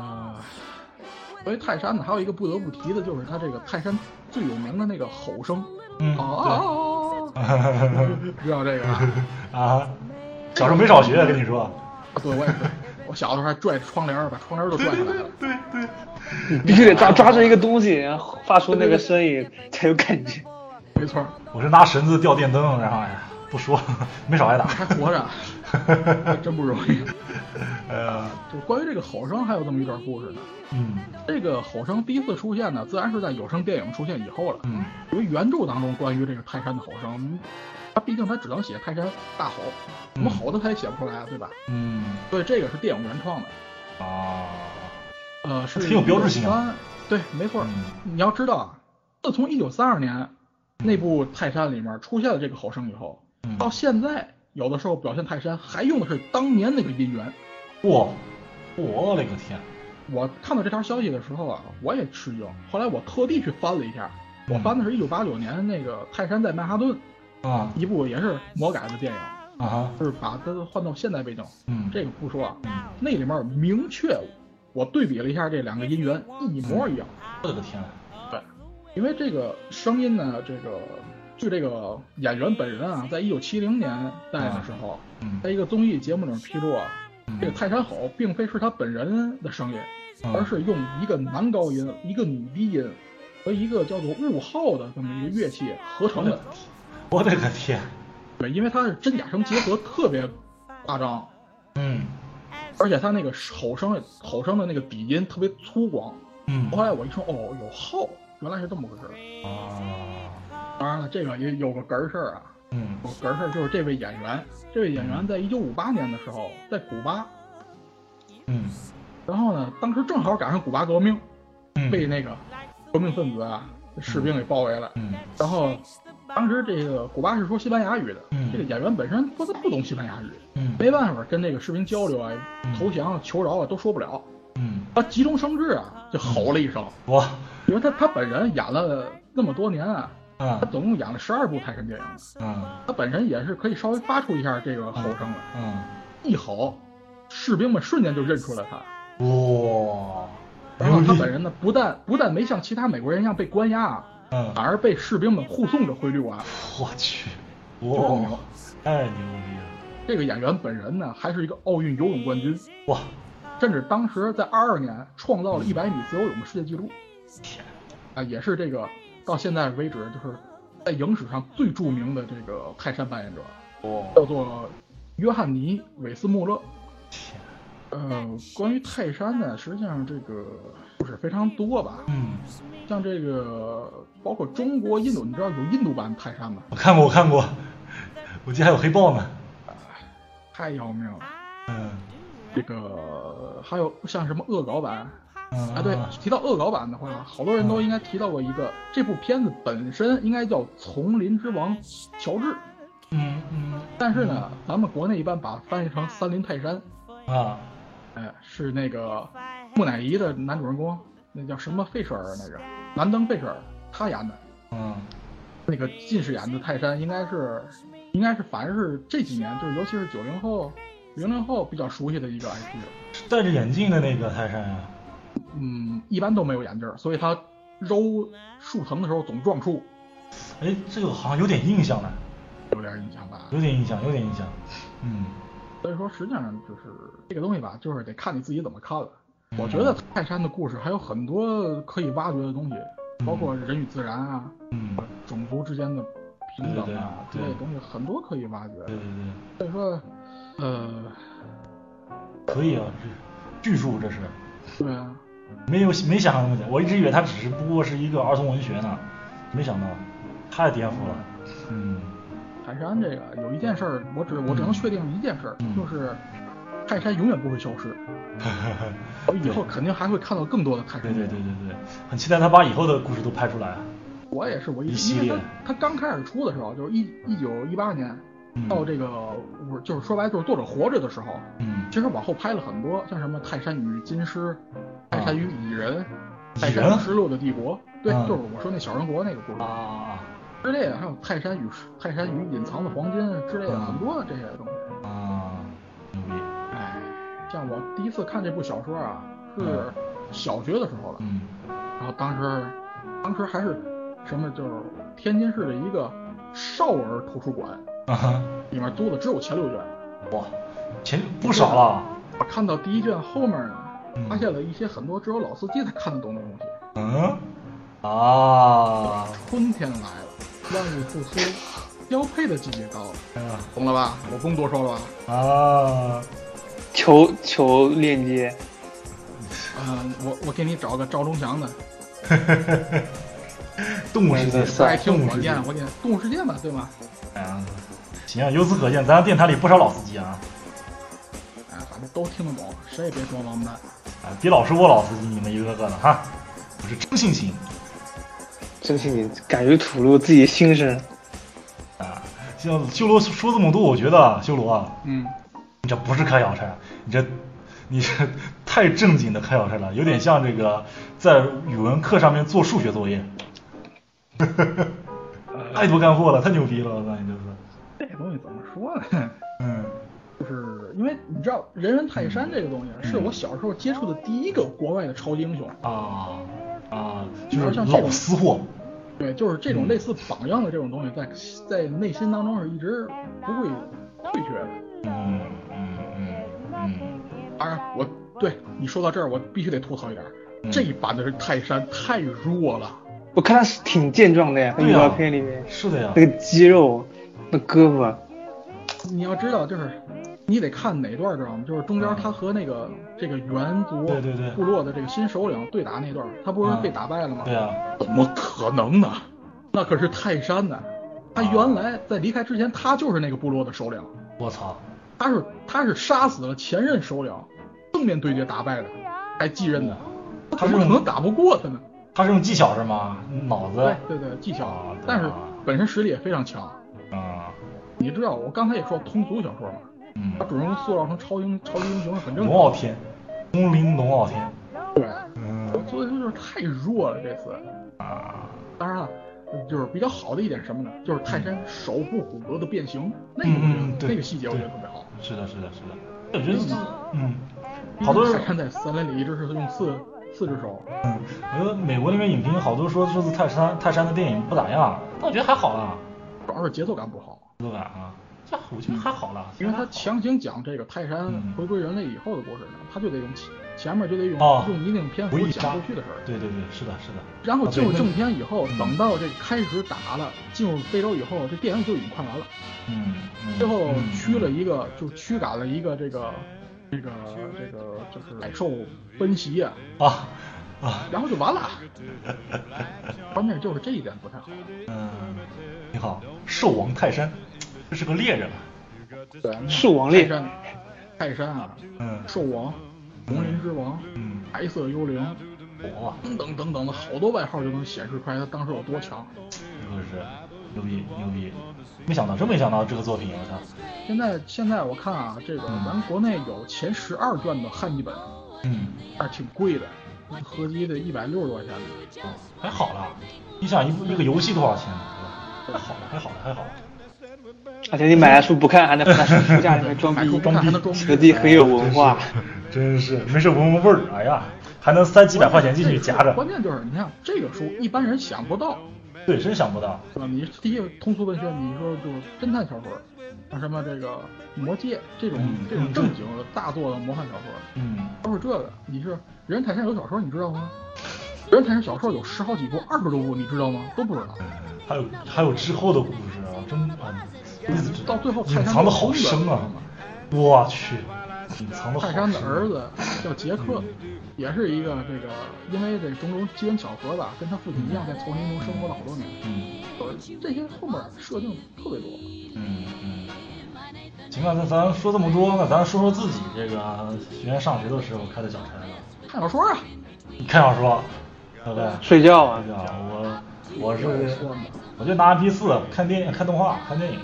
关于泰山呢，还有一个不得不提的，就是它这个泰山最有名的那个吼声，嗯，啊，对，知道这个吧？啊，小时候没少学，跟你说，对，我也是，我小的时候还拽着窗帘儿，把窗帘儿都拽下来了。对对， 必须得抓抓住一个东西，然后发出那个声音才有感觉。没错儿，我是拿绳子吊电灯，然后哎呀，不说，没少挨打， 还活着，真不容易。呃，就关于这个吼声，还有这么一段故事呢。嗯这个吼声第一次出现呢，自然是在有声电影出现以后了。嗯因为原著当中关于这个泰山的吼声，它毕竟它只能写泰山大吼，怎么嗯吼的它也写不出来，对吧？嗯，所以这个是电影原创的。啊，呃，是挺有标志性1993啊对，没错儿。嗯你要知道啊，自从一九三二年那部《泰山》里面出现了这个吼声以后，嗯到现在有的时候表现泰山还用的是当年那个音源。哇，我勒个天，我看到这条消息的时候啊，我也吃惊。后来我特地去翻了一下，我翻的是一九八九年那个《泰山在曼哈顿》啊一部也是魔改的电啊影，哈，就是把它换到现代背景。嗯，这个不说啊，那里面明确，我对比了一下这两个音源，一模一样。我勒个天，对，因为这个声音呢，这个据这个演员本人啊，在一九七零年代的时候，嗯在一个综艺节目里面披露啊，这个泰山吼并非是他本人的声音，嗯而是用一个男高音、一个女低音和一个叫做雾号的这么一个乐器合成的。我勒个天，对，因为它是真假声结合特别夸张，嗯而且它那个吼声吼声的那个底音特别粗犷。嗯，后来我一听，哦，有号，原来是这么回事儿。啊，当然了，这个也有个哏儿事儿啊，嗯有个哏儿事儿就是这位演员，这位演员在一九五八年的时候在古巴，嗯然后呢，当时正好赶上古巴革命，嗯，被那个革命分子啊士兵给包围了，嗯然后当时这个古巴是说西班牙语的，嗯这个演员本身说他不懂西班牙语，嗯没办法跟这个士兵交流啊嗯，投降啊求饶啊都说不了，嗯，他急中生智啊就吼了一声，我因为他他本人演了那么多年啊，啊他总共演了十二部泰山电影。啊他本身也是可以稍微发出一下这个吼声的，啊，一吼，士兵们瞬间就认出了他。哇，然后他本人呢，不但不但没像其他美国人一样被关押啊，嗯反，而被士兵们护送着回旅馆。我去，哇，太牛逼了，这个演员本人呢，还是一个奥运游泳冠军，哇，甚至当时在二二年创造了一百米自由泳的世界纪录，天，啊，也是这个到现在为止就是在影史上最著名的这个泰山扮演者，哇，叫做约翰尼·韦斯穆勒。天，呃，关于泰山呢，实际上这个故事非常多吧，嗯，像这个包括中国、印度，你知道有印度版泰山吗？我看过，我看过，我记得还有黑豹呢，太要命了。嗯这个还有像什么恶搞版嗯啊？对，提到恶搞版的话，好多人都应该提到过一个，这部片子本身应该叫《丛林之王》乔治，嗯嗯但是呢，咱们国内一般把它翻译成《森林泰山》，啊，哎，是那个木乃伊的男主人公，那叫什么费舍尔那个，兰登费舍尔他演的。嗯那个近视眼的泰山应该是，应该是凡是这几年，就是尤其是九零后、零零后比较熟悉的一个 IP，戴着眼镜的那个泰山啊，嗯，一般都没有眼镜儿，所以他揉树藤的时候总撞树，哎，这个好像有点印象呢，有点印象吧。有点印象，有点印象，嗯所以说，实际上就是这个东西吧，就是得看你自己怎么看了。我觉得泰山的故事还有很多可以挖掘的东西，包括人与自然啊、嗯，种族之间的平等啊之对对对类的东西，很多可以挖掘。对对对，所以说，呃，可以啊，这巨著这是。对啊。没有没想到那么简，我一直以为它只是不过是一个儿童文学呢，没想到太颠覆了。嗯泰山这个有一件事儿，我只我只能确定一件事儿，嗯就是泰山永远不会消失，对我以后肯定还会看到更多的泰山。哎对对对对，很期待他把以后的故事都拍出来。我也是，我一一系因列为他他刚开始出的时候，就是一一九一八年嗯到这个我就是说白了就是作者活着的时候，嗯，其实往后拍了很多，像什么《泰山与金狮》《泰山与蚁人》啊蚁泰山人与失落的帝国》，对，嗯就是我说那小人国那个故事啊之类的，还有《泰山与泰山与隐藏的黄金》之类的嗯很多这些东西。啊，牛逼！哎，像我第一次看这部小说啊，是小学的时候了。嗯然后当时，当时还是什么，就是天津市的一个少儿图书馆，啊哈，里面租的只有前六卷。哇，钱不少了，我看到第一卷后面呢嗯，发现了一些很多只有老司机才看得懂的东西。嗯，啊，春天来了，万物复苏，交配的季节到了，嗯懂了吧？我不用多说了吧？啊，求求链接，嗯，我我给你找个赵忠祥的，动物世界，不爱听动物我世界念，，我给你动物世界嘛，对吗？啊，行，由此可见，咱电台里不少老司机啊，哎，反正都听得懂，谁也别装王八蛋。啊，比老师我老司机，你们一个个的哈，我是真性情真是你敢于吐露自己心声，啊。像修罗说这么多，我觉得啊修罗啊，嗯，你这不是开小差，你这你这太正经的开小差了，有点像这个在语文课上面做数学作业， 太多干货了，太牛逼了，我操你这是，这个东西怎么说呢？嗯就是因为你知道《人人泰山》这个东西啊嗯是我小时候接触的第一个国外的超级英雄，啊啊，就是老私货，对，就是嗯这种类似榜样的这种东西在，在内心当中是一直不会退却的。嗯嗯嗯嗯，当然，我对你说到这儿，我必须得吐槽一点儿，嗯这一版的人泰山太弱了，我看他是挺健壮的呀，对啊预呀告片里面是的呀，那个肌肉，那胳膊，你要知道就是。你得看哪段知道吗？就是中间他和那个这个猿族嗯对对对部落的这个新首领对打那段儿，他不是被打败了吗？对啊呀，怎么可能呢？那可是泰山呢。他原来在离开之前，他就是那个部落的首领，我操，他是他是杀死了前任首领，正面对决打败的，还继任的。他他是怎么可能打不过他呢？他是用技巧是吗？脑子对对对，技巧啊，对但是啊本身实力也非常强。啊，你知道我刚才也说通俗小说嘛，嗯把，主人公塑造成超英超级英雄是很正龙常傲的。天，龙鳞龙傲天，对，嗯所以说就是太弱了这次。啊，当然了，就是比较好的一点是什么呢？就是泰山手部骨骼的变形，那个嗯我嗯觉得对那个细节我觉得特别好。是的，是的，是的，我觉得这嗯，好多人泰山在森林里一直是用四四只手，嗯，我觉得美国那边影评好多说这次泰山泰山的电影不咋样，但我觉得还好啦，主要是节奏感不好，节奏感啊，这我觉得还好啦，因为他强行讲这个泰山嗯回归人类以后的故事呢，他就得用前前面就得用、哦用一定篇幅回忆杀讲过去的事儿，对对对，是的，是的，然后啊进入正，对片以后，嗯等到这开始打了，进入非洲以后，这电影就已经快完了，那嗯，嗯最后嗯驱了一个就驱赶了一个这个这个这个就是百兽奔袭啊，啊 啊，然后就完了，关键就是这一点不太好。嗯，你好，兽王泰山，这是个猎人，对，那兽王猎泰山，泰山啊，嗯兽王、丛林之王、嗯，白色幽灵国啊，等等等等的好多外号就能显示出来他当时有多强。这个是牛逼牛逼，没想到真没想到这个作品，我操，现在现在我看啊，这个咱国内有前十二卷的汉译本，嗯，还是挺贵的，合集得一百六十多块钱呢。哦还好啦，你想一部一个游戏多少钱？对吧还好了，还好了，还好了。而且你买了书不看，还能放在书架里面装买书逼，不看 还能装逼学弟很有文化。真是没事闻闻味儿，哎呀，还能塞几百块钱进去夹着，关键就是你看这个书，一般人想不到，对，真想不到，对吧？你第一通俗文学，你说就是侦探小说，像什么这个《魔戒》这种嗯这种正经的大作的魔幻小说，嗯，都是这个。你是《人泰山》有小说，你知道吗？《人泰山》小说有十好几部、二十多部，你知道吗？都不知道。还有还有之后的故事啊，真啊，一直知道嗯到最后泰隐山藏的的好儿子深啊，我去，隐藏的好泰深。山的儿，子叫杰克，嗯也是一个这个，因为这种种机缘巧合吧，跟他父亲一样，在丛林中生活了好多年。嗯呃这些后面设定特别多。嗯嗯，行啊吧，那咱说这么多，那咱说说自己这个学院上学的时候开的小差吧。看小说啊，你看小说，对不对？ 睡觉啊那，个我我是说呢我就拿 P 四看电影、看动画、看电影，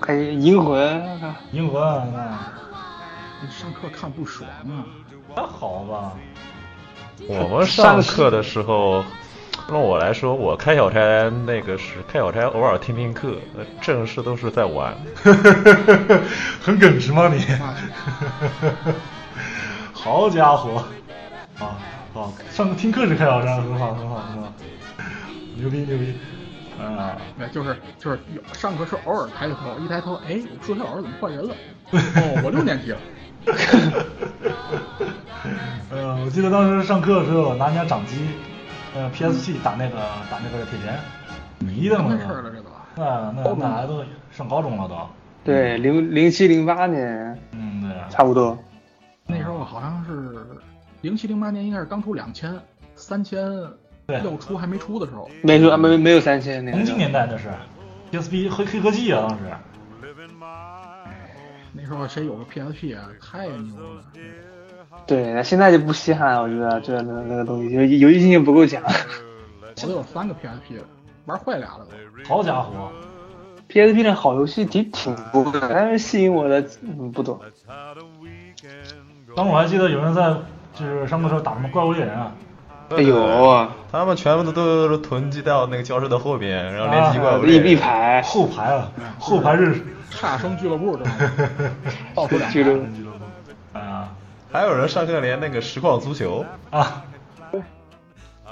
还有银魂，啊银魂啊。你上课看不爽啊？还好 吧？我们上课的时候，用我来说，我开小差那个是开小差，偶尔听听课，呃正事都是在玩。 很耿直吗你？好家伙，啊，好，上课听课是开小差，很好，很好，很好，牛逼牛逼，啊、 哎，就是就是有上课时候偶尔抬头，一抬头，哎，我数学老师怎么换人了？哦，我六年级了。 呃，我记得当时上课的时候，拿人家掌机，呃，PSP 打那个打那个铁拳，迷瞪那了事儿都了，这。都啊那那那孩子上高中了都，对，零零七零八年嗯，对啊，差不多。那时候好像是零七零八年，应该是刚出两千、三千对要出还没出的时候。没说没没有三黄千年金年代那是，PSP 黑黑科技啊，当时。那时候谁有个 PSP 啊，太牛了！对，现在就不稀罕了，我觉得这那那个东西，游游戏性也不够强。我都有三个 PSP 了，玩坏俩了都。好家伙， PSP 的好游戏挺挺多的，但是吸引我的嗯不多。当时我还记得有人在就是上课的时候打什么怪物猎人啊，哎呦，他们全部都都囤积到那个教室的后边，然后啊连级怪物一猎一人哎排后排啊，后排是差生俱乐部这种，到处两 俱乐个。部俱乐部啊还有人上课连那个实况足球，啊，那哎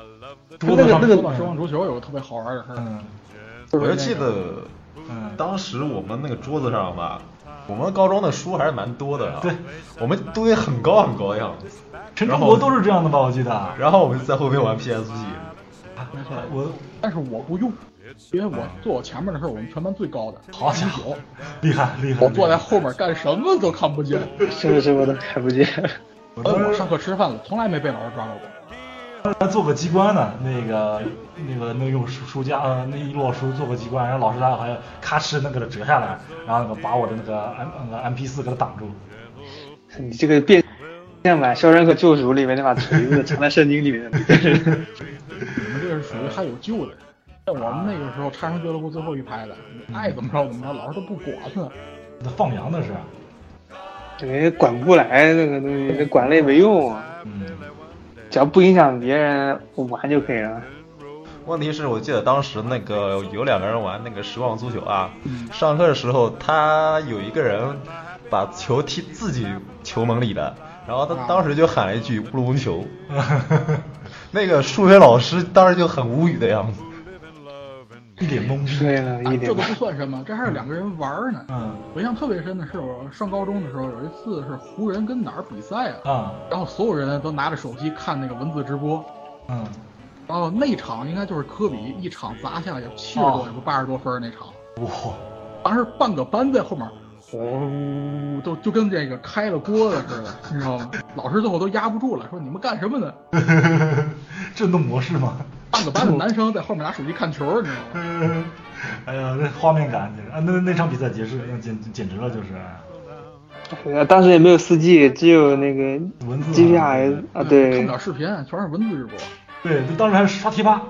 桌个子上那说到个职棒足球有个特别好玩的事儿，嗯我就记得嗯，当时我们那个桌子上吧，我们高中的书还是蛮多的啊，对，我们堆很高很高的样子，全中国都是这样的吧？我记得，啊然后我们就在后面玩 PSG，没错。我但是我不用，因为我坐我前面的是我们全班最高的，好家伙，厉害厉害！我坐在后面干什么都看不见。什么什么都看不见。 我哎，当我时上课吃饭了，从来没被老师抓到过。还做个机关呢，那个那个那个用书书架呃那一摞书做个机关，然后老师来了好像咔哧那个给它折下来，然后那个把我的那个 M 那个 MP 四给它挡住。你这个变相版《肖申克救赎》里面那把锤子藏在圣经里面 的。你们这是属于还有救的人。在我们那个时候，差生俱乐部最后一排的，爱怎么着怎么着，老师都不管呢。那放羊那是，感觉管不过来那个东西，那管了也没用，嗯，只要不影响别人我玩就可以了。问题是我记得当时那个有两个人玩那个实况足球啊，嗯上课的时候他有一个人把球踢自己球门里了，然后他啊当时就喊了一句“乌龙球”，那个数学老师当时就很无语的样子。 一脸懵逼。对了，啊一这点都不算什么，这还是两个人玩儿呢。嗯我印象特别深的是，我上高中的时候有一次是湖人跟哪儿比赛啊，啊然后所有人都拿着手机看那个文字直播，嗯，然后那场应该就是科比一场砸下有七十哦多也不八十多分儿那场，哇， 当时半个班在后面，呼都就跟这个开了锅了似的，你知道吗？老师最后都压不住了，说你们干什么呢？震动模式吗？ 半个班的男生在后面拿手机看球，你知道吗？哎呀，这画面感简直啊！那那场比赛结束，那简简直了，就是不，当时也没有四 G，只有那个文字 GPRS 啊，看对不了，视频，全是文字直播。对，当时还刷贴吧，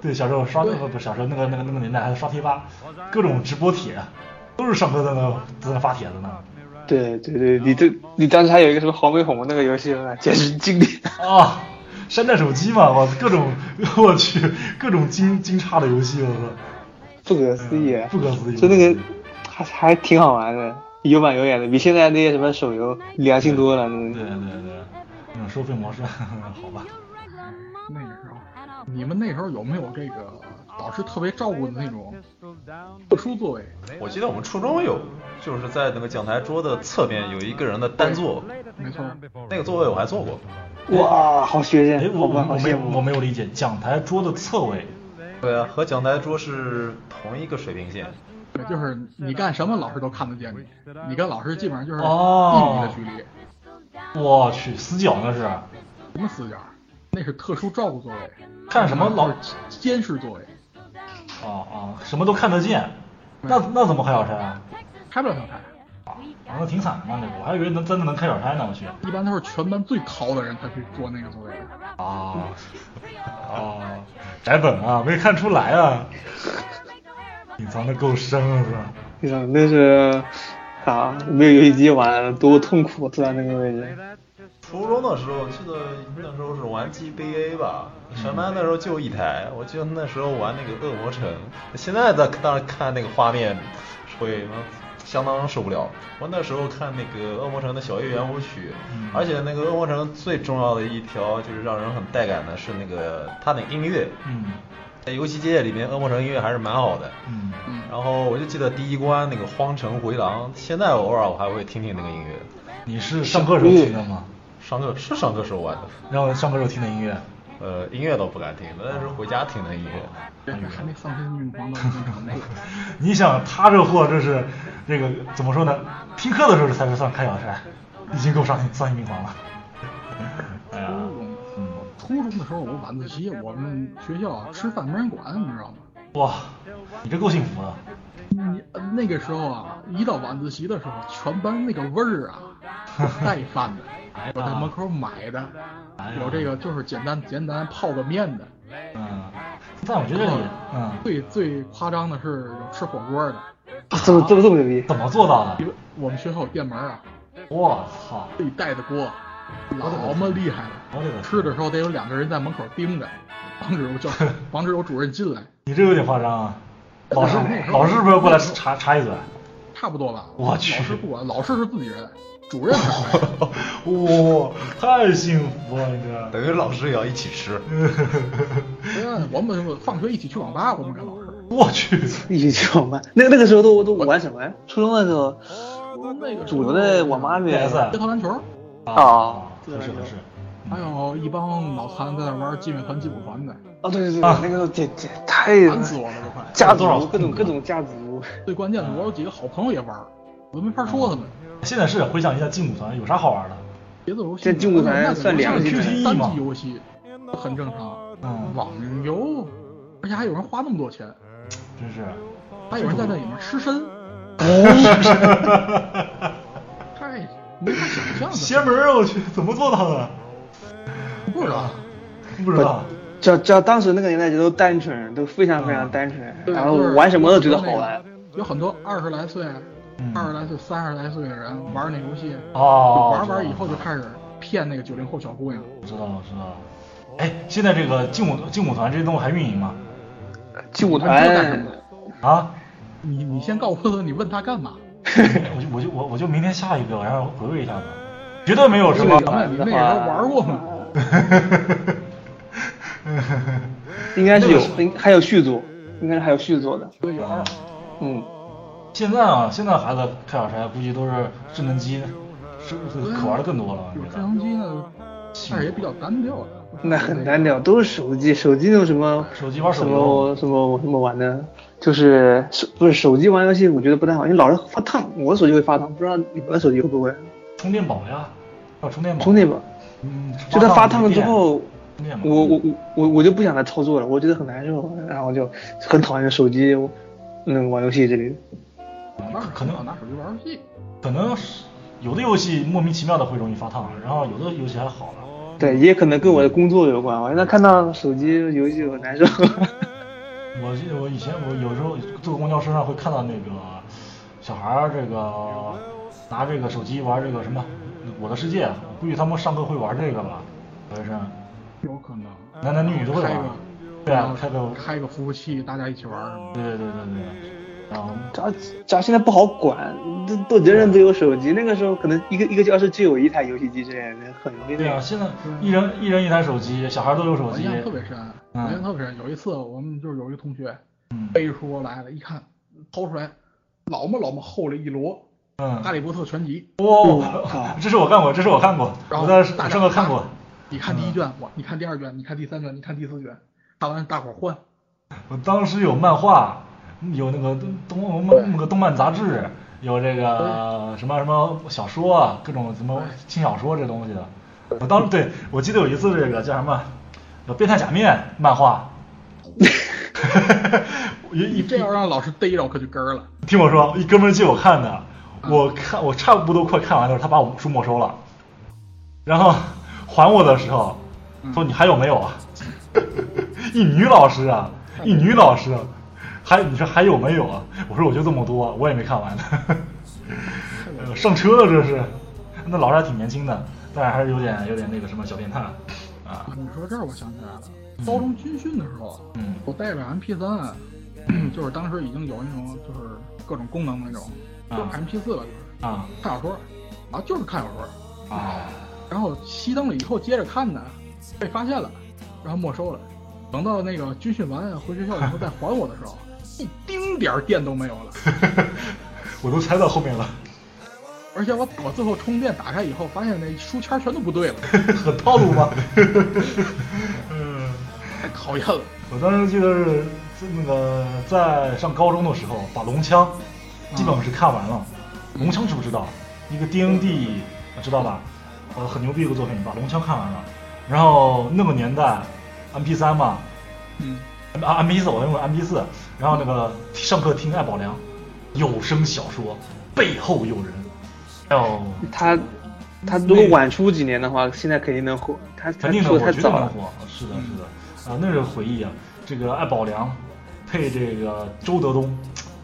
对，小时候刷呃对不不，小时候那个那个那个年代还刷贴吧，各种直播帖，都是上课在那在那发帖子呢。对对对，你这你当时还有一个什么黄飞鸿那个游戏呢， 简直经典。啊，山寨手机嘛，我各种 我去，各种惊惊诧的游戏，我操，不可思议，不可思议就那个还还挺好玩的，有板有眼的，比现在那些什么手游良心多了。那对个对对，那种收费模式， 好吧，那个时候，你们那时候有没有这个老师特别照顾的那种特殊座位？我记得我们初中有，就是在那个讲台桌的侧边有一个人的单座，没错，那个座位我还坐过。哇，好学哎，生，我好吧，我好我没羡有我慕。没有理解，讲台桌的侧位，对啊，和讲台桌是同一个水平线。对，就是你干什么老师都看得见你，你跟老师基本上就是一米哦的距离。我去，死角那是，什么死角？那是特殊照顾座位，看什么老是监视座位，哦哦，什么都看得见，那那怎么开小差啊？开不了小差。啊，那挺惨的嘛，那个我还以为能真的能开小差呢，我去。一般都是全班最淘的人才去坐那个座位的。啊 啊，宅本啊，没看出来啊，隐藏的够深啊，是吧？你想那是啊，没有游戏机玩多痛苦，坐在那个位置。初中的时候，我记得那时候是玩 GBA 吧，嗯全班那时候就一台。我记得那时候玩那个恶魔城，现在在当然看那个画面，会相当受不了。我那时候看那个《恶魔城》的小夜圆舞曲，嗯而且那个《恶魔城》最重要的一条就是让人很带感的是那个它那个音乐，嗯在游戏界里面，《恶魔城》音乐还是蛮好的。嗯，嗯，然后我就记得第一关那个荒城回廊，现在偶尔我还会听听那个音乐。你是上课时候听的吗？上课是上课时候玩的，然后上课时候听的音乐，呃，音乐倒不敢听，但是回家听的音乐。这嗯是还没丧心病狂到那种程度。 你想他这货这是这个怎么说呢？听课的时候才是算开小差，已经够上上心病狂了。哎呀，嗯，初中的时候，我晚自习，我们学校吃饭没人管，你知道吗？哇，你这够幸福的。你呃那个时候啊，一到晚自习的时候，全班那个味儿啊，带 饭的，哎我在门口买的，有这个就是简单简单泡个面的，嗯，但我觉得你，嗯，最最夸张的是有吃火锅的，啊这么这么这么牛逼？怎么做到的因？为我们学校有店门啊，我操！自己带的锅，啊哦老么厉害了。我勒个吃的时候得有两个人在门口盯着，防止有 教防止有主任进来，你这有点夸张 啊！老师那时，候老师是不是过来查查一嘴？差不多吧。我去老师不管，老师是自己人，主任才管。 哇、太幸福了，你这。等于老师也要一起吃，对啊，我们放学一起去网吧，我们跟老师。我去，一起去网吧，那那个时候都都玩什么呀？初中的时候，那个主流的网吧里 PS 街头篮球，啊合适合适。还有一帮脑残在那玩劲乐团、劲舞团的，哦，对对对，啊那个时候这这太烦死我了都快。家多少族各种各种家族，最关键的，我有几个好朋友也玩，我都没法说他们。现在是回想一下劲舞团有啥好玩的？别的游戏哦这劲舞团那算那良心的单机游戏很正常，嗯，网游，而且还有人花那么多钱，真 是。啊还有人在那里面吃身，太没法想象的。邪门儿，我去，怎么做到的？不知道，啊不知道。只要只要当时那个年代都单纯，都非常非啊常单纯，对 然后就是玩什么都觉得好玩。有很多二十来岁、嗯二十来岁、三十来岁的人玩那游戏，哦，玩玩以后就开始骗那个九零后小姑娘。我知道了，我知道了。哎，现在这个劲舞劲舞团这些东西还运营吗？劲舞你知道干什团么，的啊？ 你你先告诉我，你问他干嘛？我就我就我我就明天下一个，然后回味一下吧。绝对没有什么对咱们你那个时候玩过吗？ 应该是有，应还有续作，应该是还有续作的。对，有二，嗯，现在啊，现在孩子开小差估计都是智能机，是是可玩的更多了。有我觉摄得像机呢，但嗯是也比较单调了。那很单调，都是手机，手机那种什么手机玩手什游么什么什么玩的，就是手不是手机玩游戏，我觉得不太好，因为老是发烫，我的手机会发烫，不知道你们的手机会不会。充电宝呀，还有充电宝。充电宝，嗯，就它发烫了了之后，充电宝我我我我我就不想再操作了，我觉得很难受，然后就很讨厌手机，那个玩游戏之类的。那可能拿手机玩游戏，可能是有的游戏莫名其妙的会容易发烫，然后有的游戏还好了。对，也可能跟我的工作有关。我现在看到手机游戏我很难受。 我记得我以前我有时候坐公交车上会看到那个小孩儿这个拿这个手机玩这个什么《我的世界》，我估计他们上课会玩这个吧，好像是有可能。男男女女都会开玩个。，对然啊嗯后，开个，开个服务器，大家一起玩儿什么对对对对对，然后主要主要现在不好管，都都人人都有手机。那个时候可能一个一个教室就有一台游戏机之类的，很容易那对啊，样。现在一人一人一台手机，小孩都有的。手我机印，象特别深，我嗯印象特别深。有一次，我们就是有一个同学嗯背着书来了，一看掏出来，老么老么厚了一摞《哈嗯，利波特》全集，我靠哇，这是我干过，这是我看过，然我后在大上家课看过看，你看第一卷，我你看第二卷，你看第三卷，你看第四卷，看完大伙儿换。我当时有漫画，有那个动动那个动漫杂志，有这个什么什么小说啊，各种什么轻小说这东西的。我当时对我记得有一次这个叫什么，有变态假面漫画。 一你一这要让老师逮着，我可就根儿了。听我说，一哥们儿借我看的，我看我差不多快看完的时候，他把我书没收了，然后还我的时候，说你还有没有啊？ 一女老师啊，一女老师，还你说还有没有啊？我说我就这么多，我也没看完呢。哎呦 上车了这是，那老师还挺年轻的，但是还是有点有点那个什么小变态啊，啊，你说这儿我想起来了，高中军训的时候，啊嗯 我带着 MP 三，就是当时已经有那种就是各种功能那种，就是 M P 四了，就是啊看小说，啊就是看小说，啊， 然后熄灯了以后接着看的，被发现了，然后没收了。等到那个军训完回学校以后再还我的时候，一丁点儿电都没有了。我都猜到后面了，而且我我最后充电打开以后，发现那书签全都不对了， 很套路吧？嗯，太讨厌了。我当时记得是是那个在上高中的时候，把《龙枪》基本上是看完了，龙枪》知不知道？一个 D N D 知道吧？呃，很牛逼一个作品，把《龙枪》看完了。然后那个年代，M P 3嘛，嗯，啊 M P 4我用过 M P 4然后那个上课听艾宝良有声小说，背后有人，还有他他如果晚出几年的话，现在肯定能火。他他肯定的，出我的太觉得早能了，火。是的，是的，啊，那是回忆啊。这个艾宝良配这个周德东，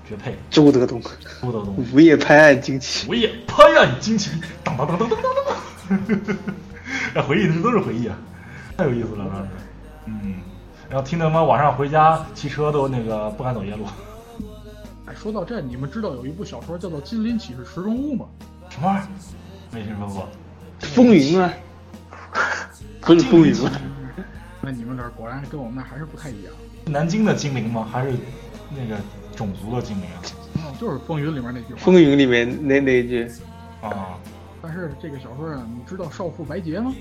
绝配。周德东周德东，午夜拍案惊奇，午夜拍案惊奇，当当当当当当当。 哎，回忆这都是回忆啊，太有意思了，当时。嗯，然后听他妈晚上回家骑车都那个不敢走夜路。哎，说到这，你们知道有一部小说叫做《金鳞岂是池中物》吗？什么玩意儿？没听说过。风云啊，不是 风云吗？那你们这儿果然跟我们那还是不太一样。南京的精灵吗？还是那个种族的精灵嗯，就是《风云》里面那句话。风云里面那那一句，啊？啊，但是这个小说啊，你知道少妇白洁吗？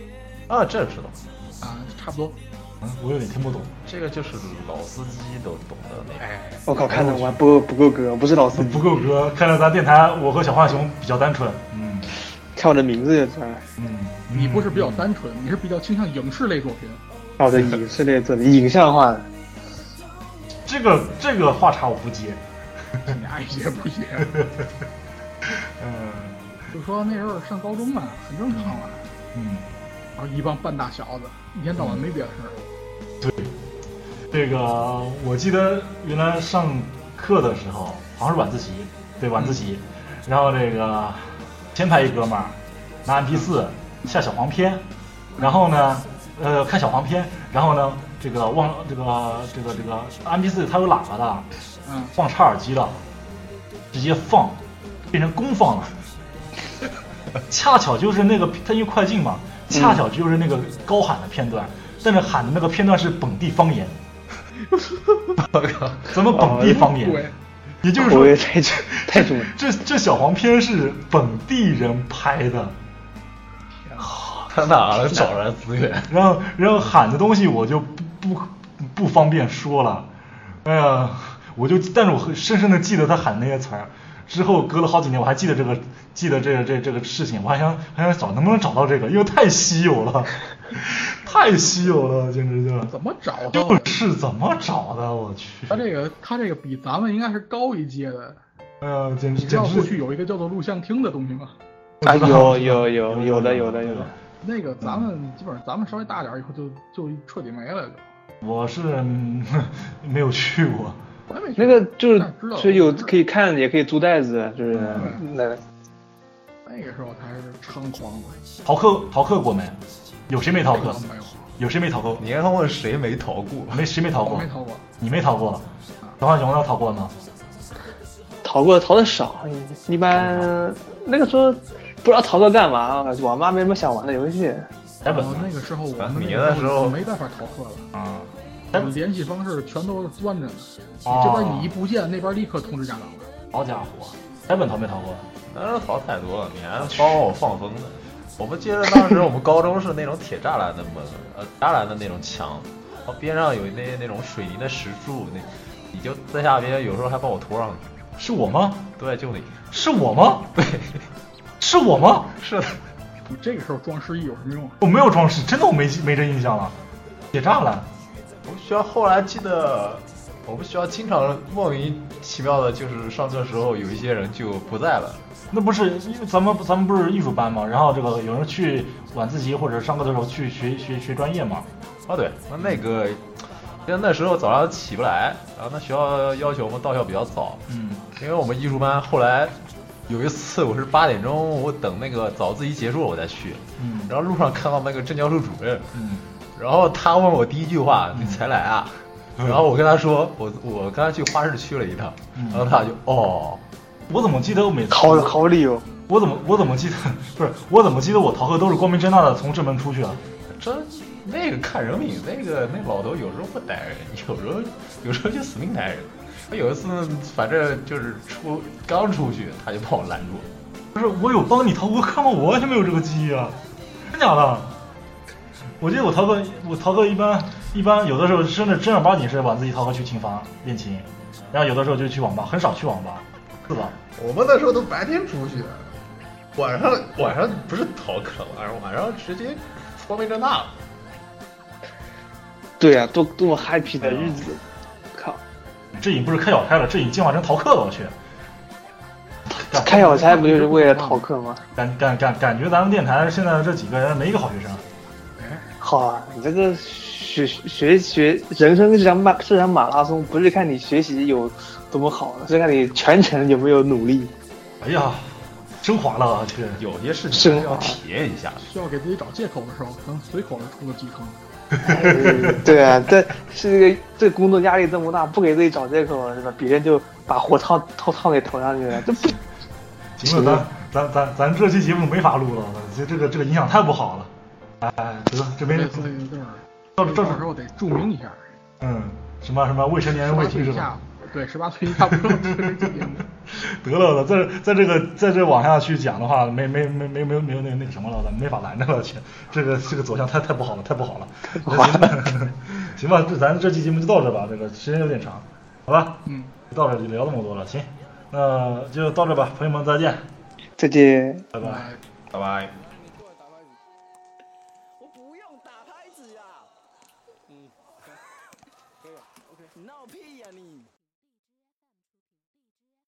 啊，这知道，啊，差不多。嗯，我有点听不懂。这个就是老司机都懂得那个。哎，我靠，看的我还不不够格，哦不是老司机不，够格，看来咱电台我和小浣熊比较单纯。嗯看我的名字就知道了。嗯，你不是比较单纯，你是比较倾向影视类作品。哦，对，影视类作品，影像化的，这个这个话茬我不接。你爱接不接？嗯 就说那时候上高中嘛，很正常啊。嗯，然后一帮半大小子，一天到晚没别的事儿。对，这个我记得原来上课的时候好像是晚自习，对晚自习，然后这个前排一哥们儿拿 MP 四下小黄片，然后呢，呃，看小黄片，然后呢，这个忘这个这个这个 MP 四它有喇叭的，嗯，放插耳机了，直接放，变成公放了。恰巧就是那个，它因为快进嘛，恰嗯巧就是那个高喊的片段，但是喊的那个片段是本地方言，我靠，咱们本地方言，对，也就是哦我也说， 太重太重了。这这小黄片是本地人拍的， 他哪能找来资源？ 然后然后喊的东西我就不不不方便说了，哎呀，我就但是我很深深的记得他喊那些词儿，之后隔了好几年我还记得这个记得这个这个这个事情，我还想还想找能不能找到这个，因为太稀有了，太稀有了，简直就怎么找到的就？是怎么找的，我去，他这个他这个比咱们应该是高一届的。哎呀，简直你知道简过去直有一个叫做录像厅的东西吗？ 啊，有有有有的有的有的，那个咱们基本上咱们稍微大点儿以后就就彻底没了就。我是、 嗯没有去过，我也没去那个就是那知道就是有可以看，也可以租袋子，就是那那个时候才是猖狂的，逃课逃课过没？有谁没逃课这个？没有，有谁没逃课？你应该问谁没逃过？没谁没逃我过没？逃啊过。你没逃过，小浣熊要逃过吗？逃过逃的少，一般那个时候不知道逃课干嘛，网吧没什么想玩的游戏。台本然后啊那个时候我反们正你那个那时候没办法逃课了，啊，我们联系方式全都是钻着呢。哦这边你一不见，那边立刻通知家长啊了。好家伙，台本逃没逃过？那时候逃太多了，你还帮我放风呢。我们记得当时我们高中是那种铁栅栏的门，呃，栅栏的那种墙，然后边上有那那种水泥的石柱，那你就在下边，有时候还帮我拖上去。是我吗？对，就你，是我吗？ 对，是我吗？是的，你这个时候装失忆有什么用啊？我没有装饰，真的我没没这印象了。铁栅栏，我们学校后来记得，我们学校经常莫名其妙的，就是上课时候有一些人就不在了。那不是因为咱们咱们不是艺术班吗？然后这个有人去晚自习或者上课的时候去学学学专业嘛？哦，对，那那个，因为那时候早上起不来，然后那学校要求我们到校比较早，嗯，因为我们艺术班后来有一次我是八点钟，我等那个早自习结束了我再去，嗯然后路上看到那个政教处主任，嗯，然后他问我第一句话，你才来啊？嗯然后我跟他说，我我刚才去花市区了一趟，嗯然后他就哦，我怎么记得我每次好好理由，我怎么我怎么记得 不是我怎么记得我逃课都是光明正大的从正门出去的？这那个看人品，那个那老头有时候不逮人，有时候有时候就死命逮人。他有一次反正就是出刚出去，他就把我拦住了。不是我有帮你逃过课吗？我完全没有这个记忆啊，真假的？我记得我逃课，我逃课一般一般有的时候真的正儿八经是晚自习逃课去琴房练琴，然后有的时候就去网吧，很少去网吧，是吧？我们那时候都白天出去，晚上晚上不是逃课，晚上晚上直接光明正大了。对啊，多多么 happy 的日子，靠，这瘾不是开小差了，这瘾进化成逃课了，我去！干开小差不就是为了逃课吗？感感感感觉咱们电台现在这几个人没一个好学生， 好啊，你这个学学学，人生是场马是场马拉松，不是看你学习有多么好，是看你全程有没有努力。哎呀，升华了啊，这个人有些事情还是要体验一下的。需要给自己找借口的时候，可能随口就出个鸡汤。 嗯对啊，这是这个这工作压力这么大，不给自己找借口是吧？别人就把火烫烫烫给头上去了，这不行了，咱咱咱咱这期节目没法录了，这这个这个影响太不好了。哎，得这边类似于就是，到这到时候得注明一下，嗯，什么什么未成年十人未八听岁是以吧下？，对，十八岁以下不能听这期节目。 得了了，在在这个在这往下去讲的话，没没没没没有没有那个那个什么了，咱没法拦着了，去，这个这个走向太太不好了，太不好了。 行啊吧， 行吧，这咱这期节目就到这吧，这个时间有点长，好吧，嗯， 到这就聊这么多了，行，那就到这吧，朋友们再见，再见。呃拜拜。拜拜。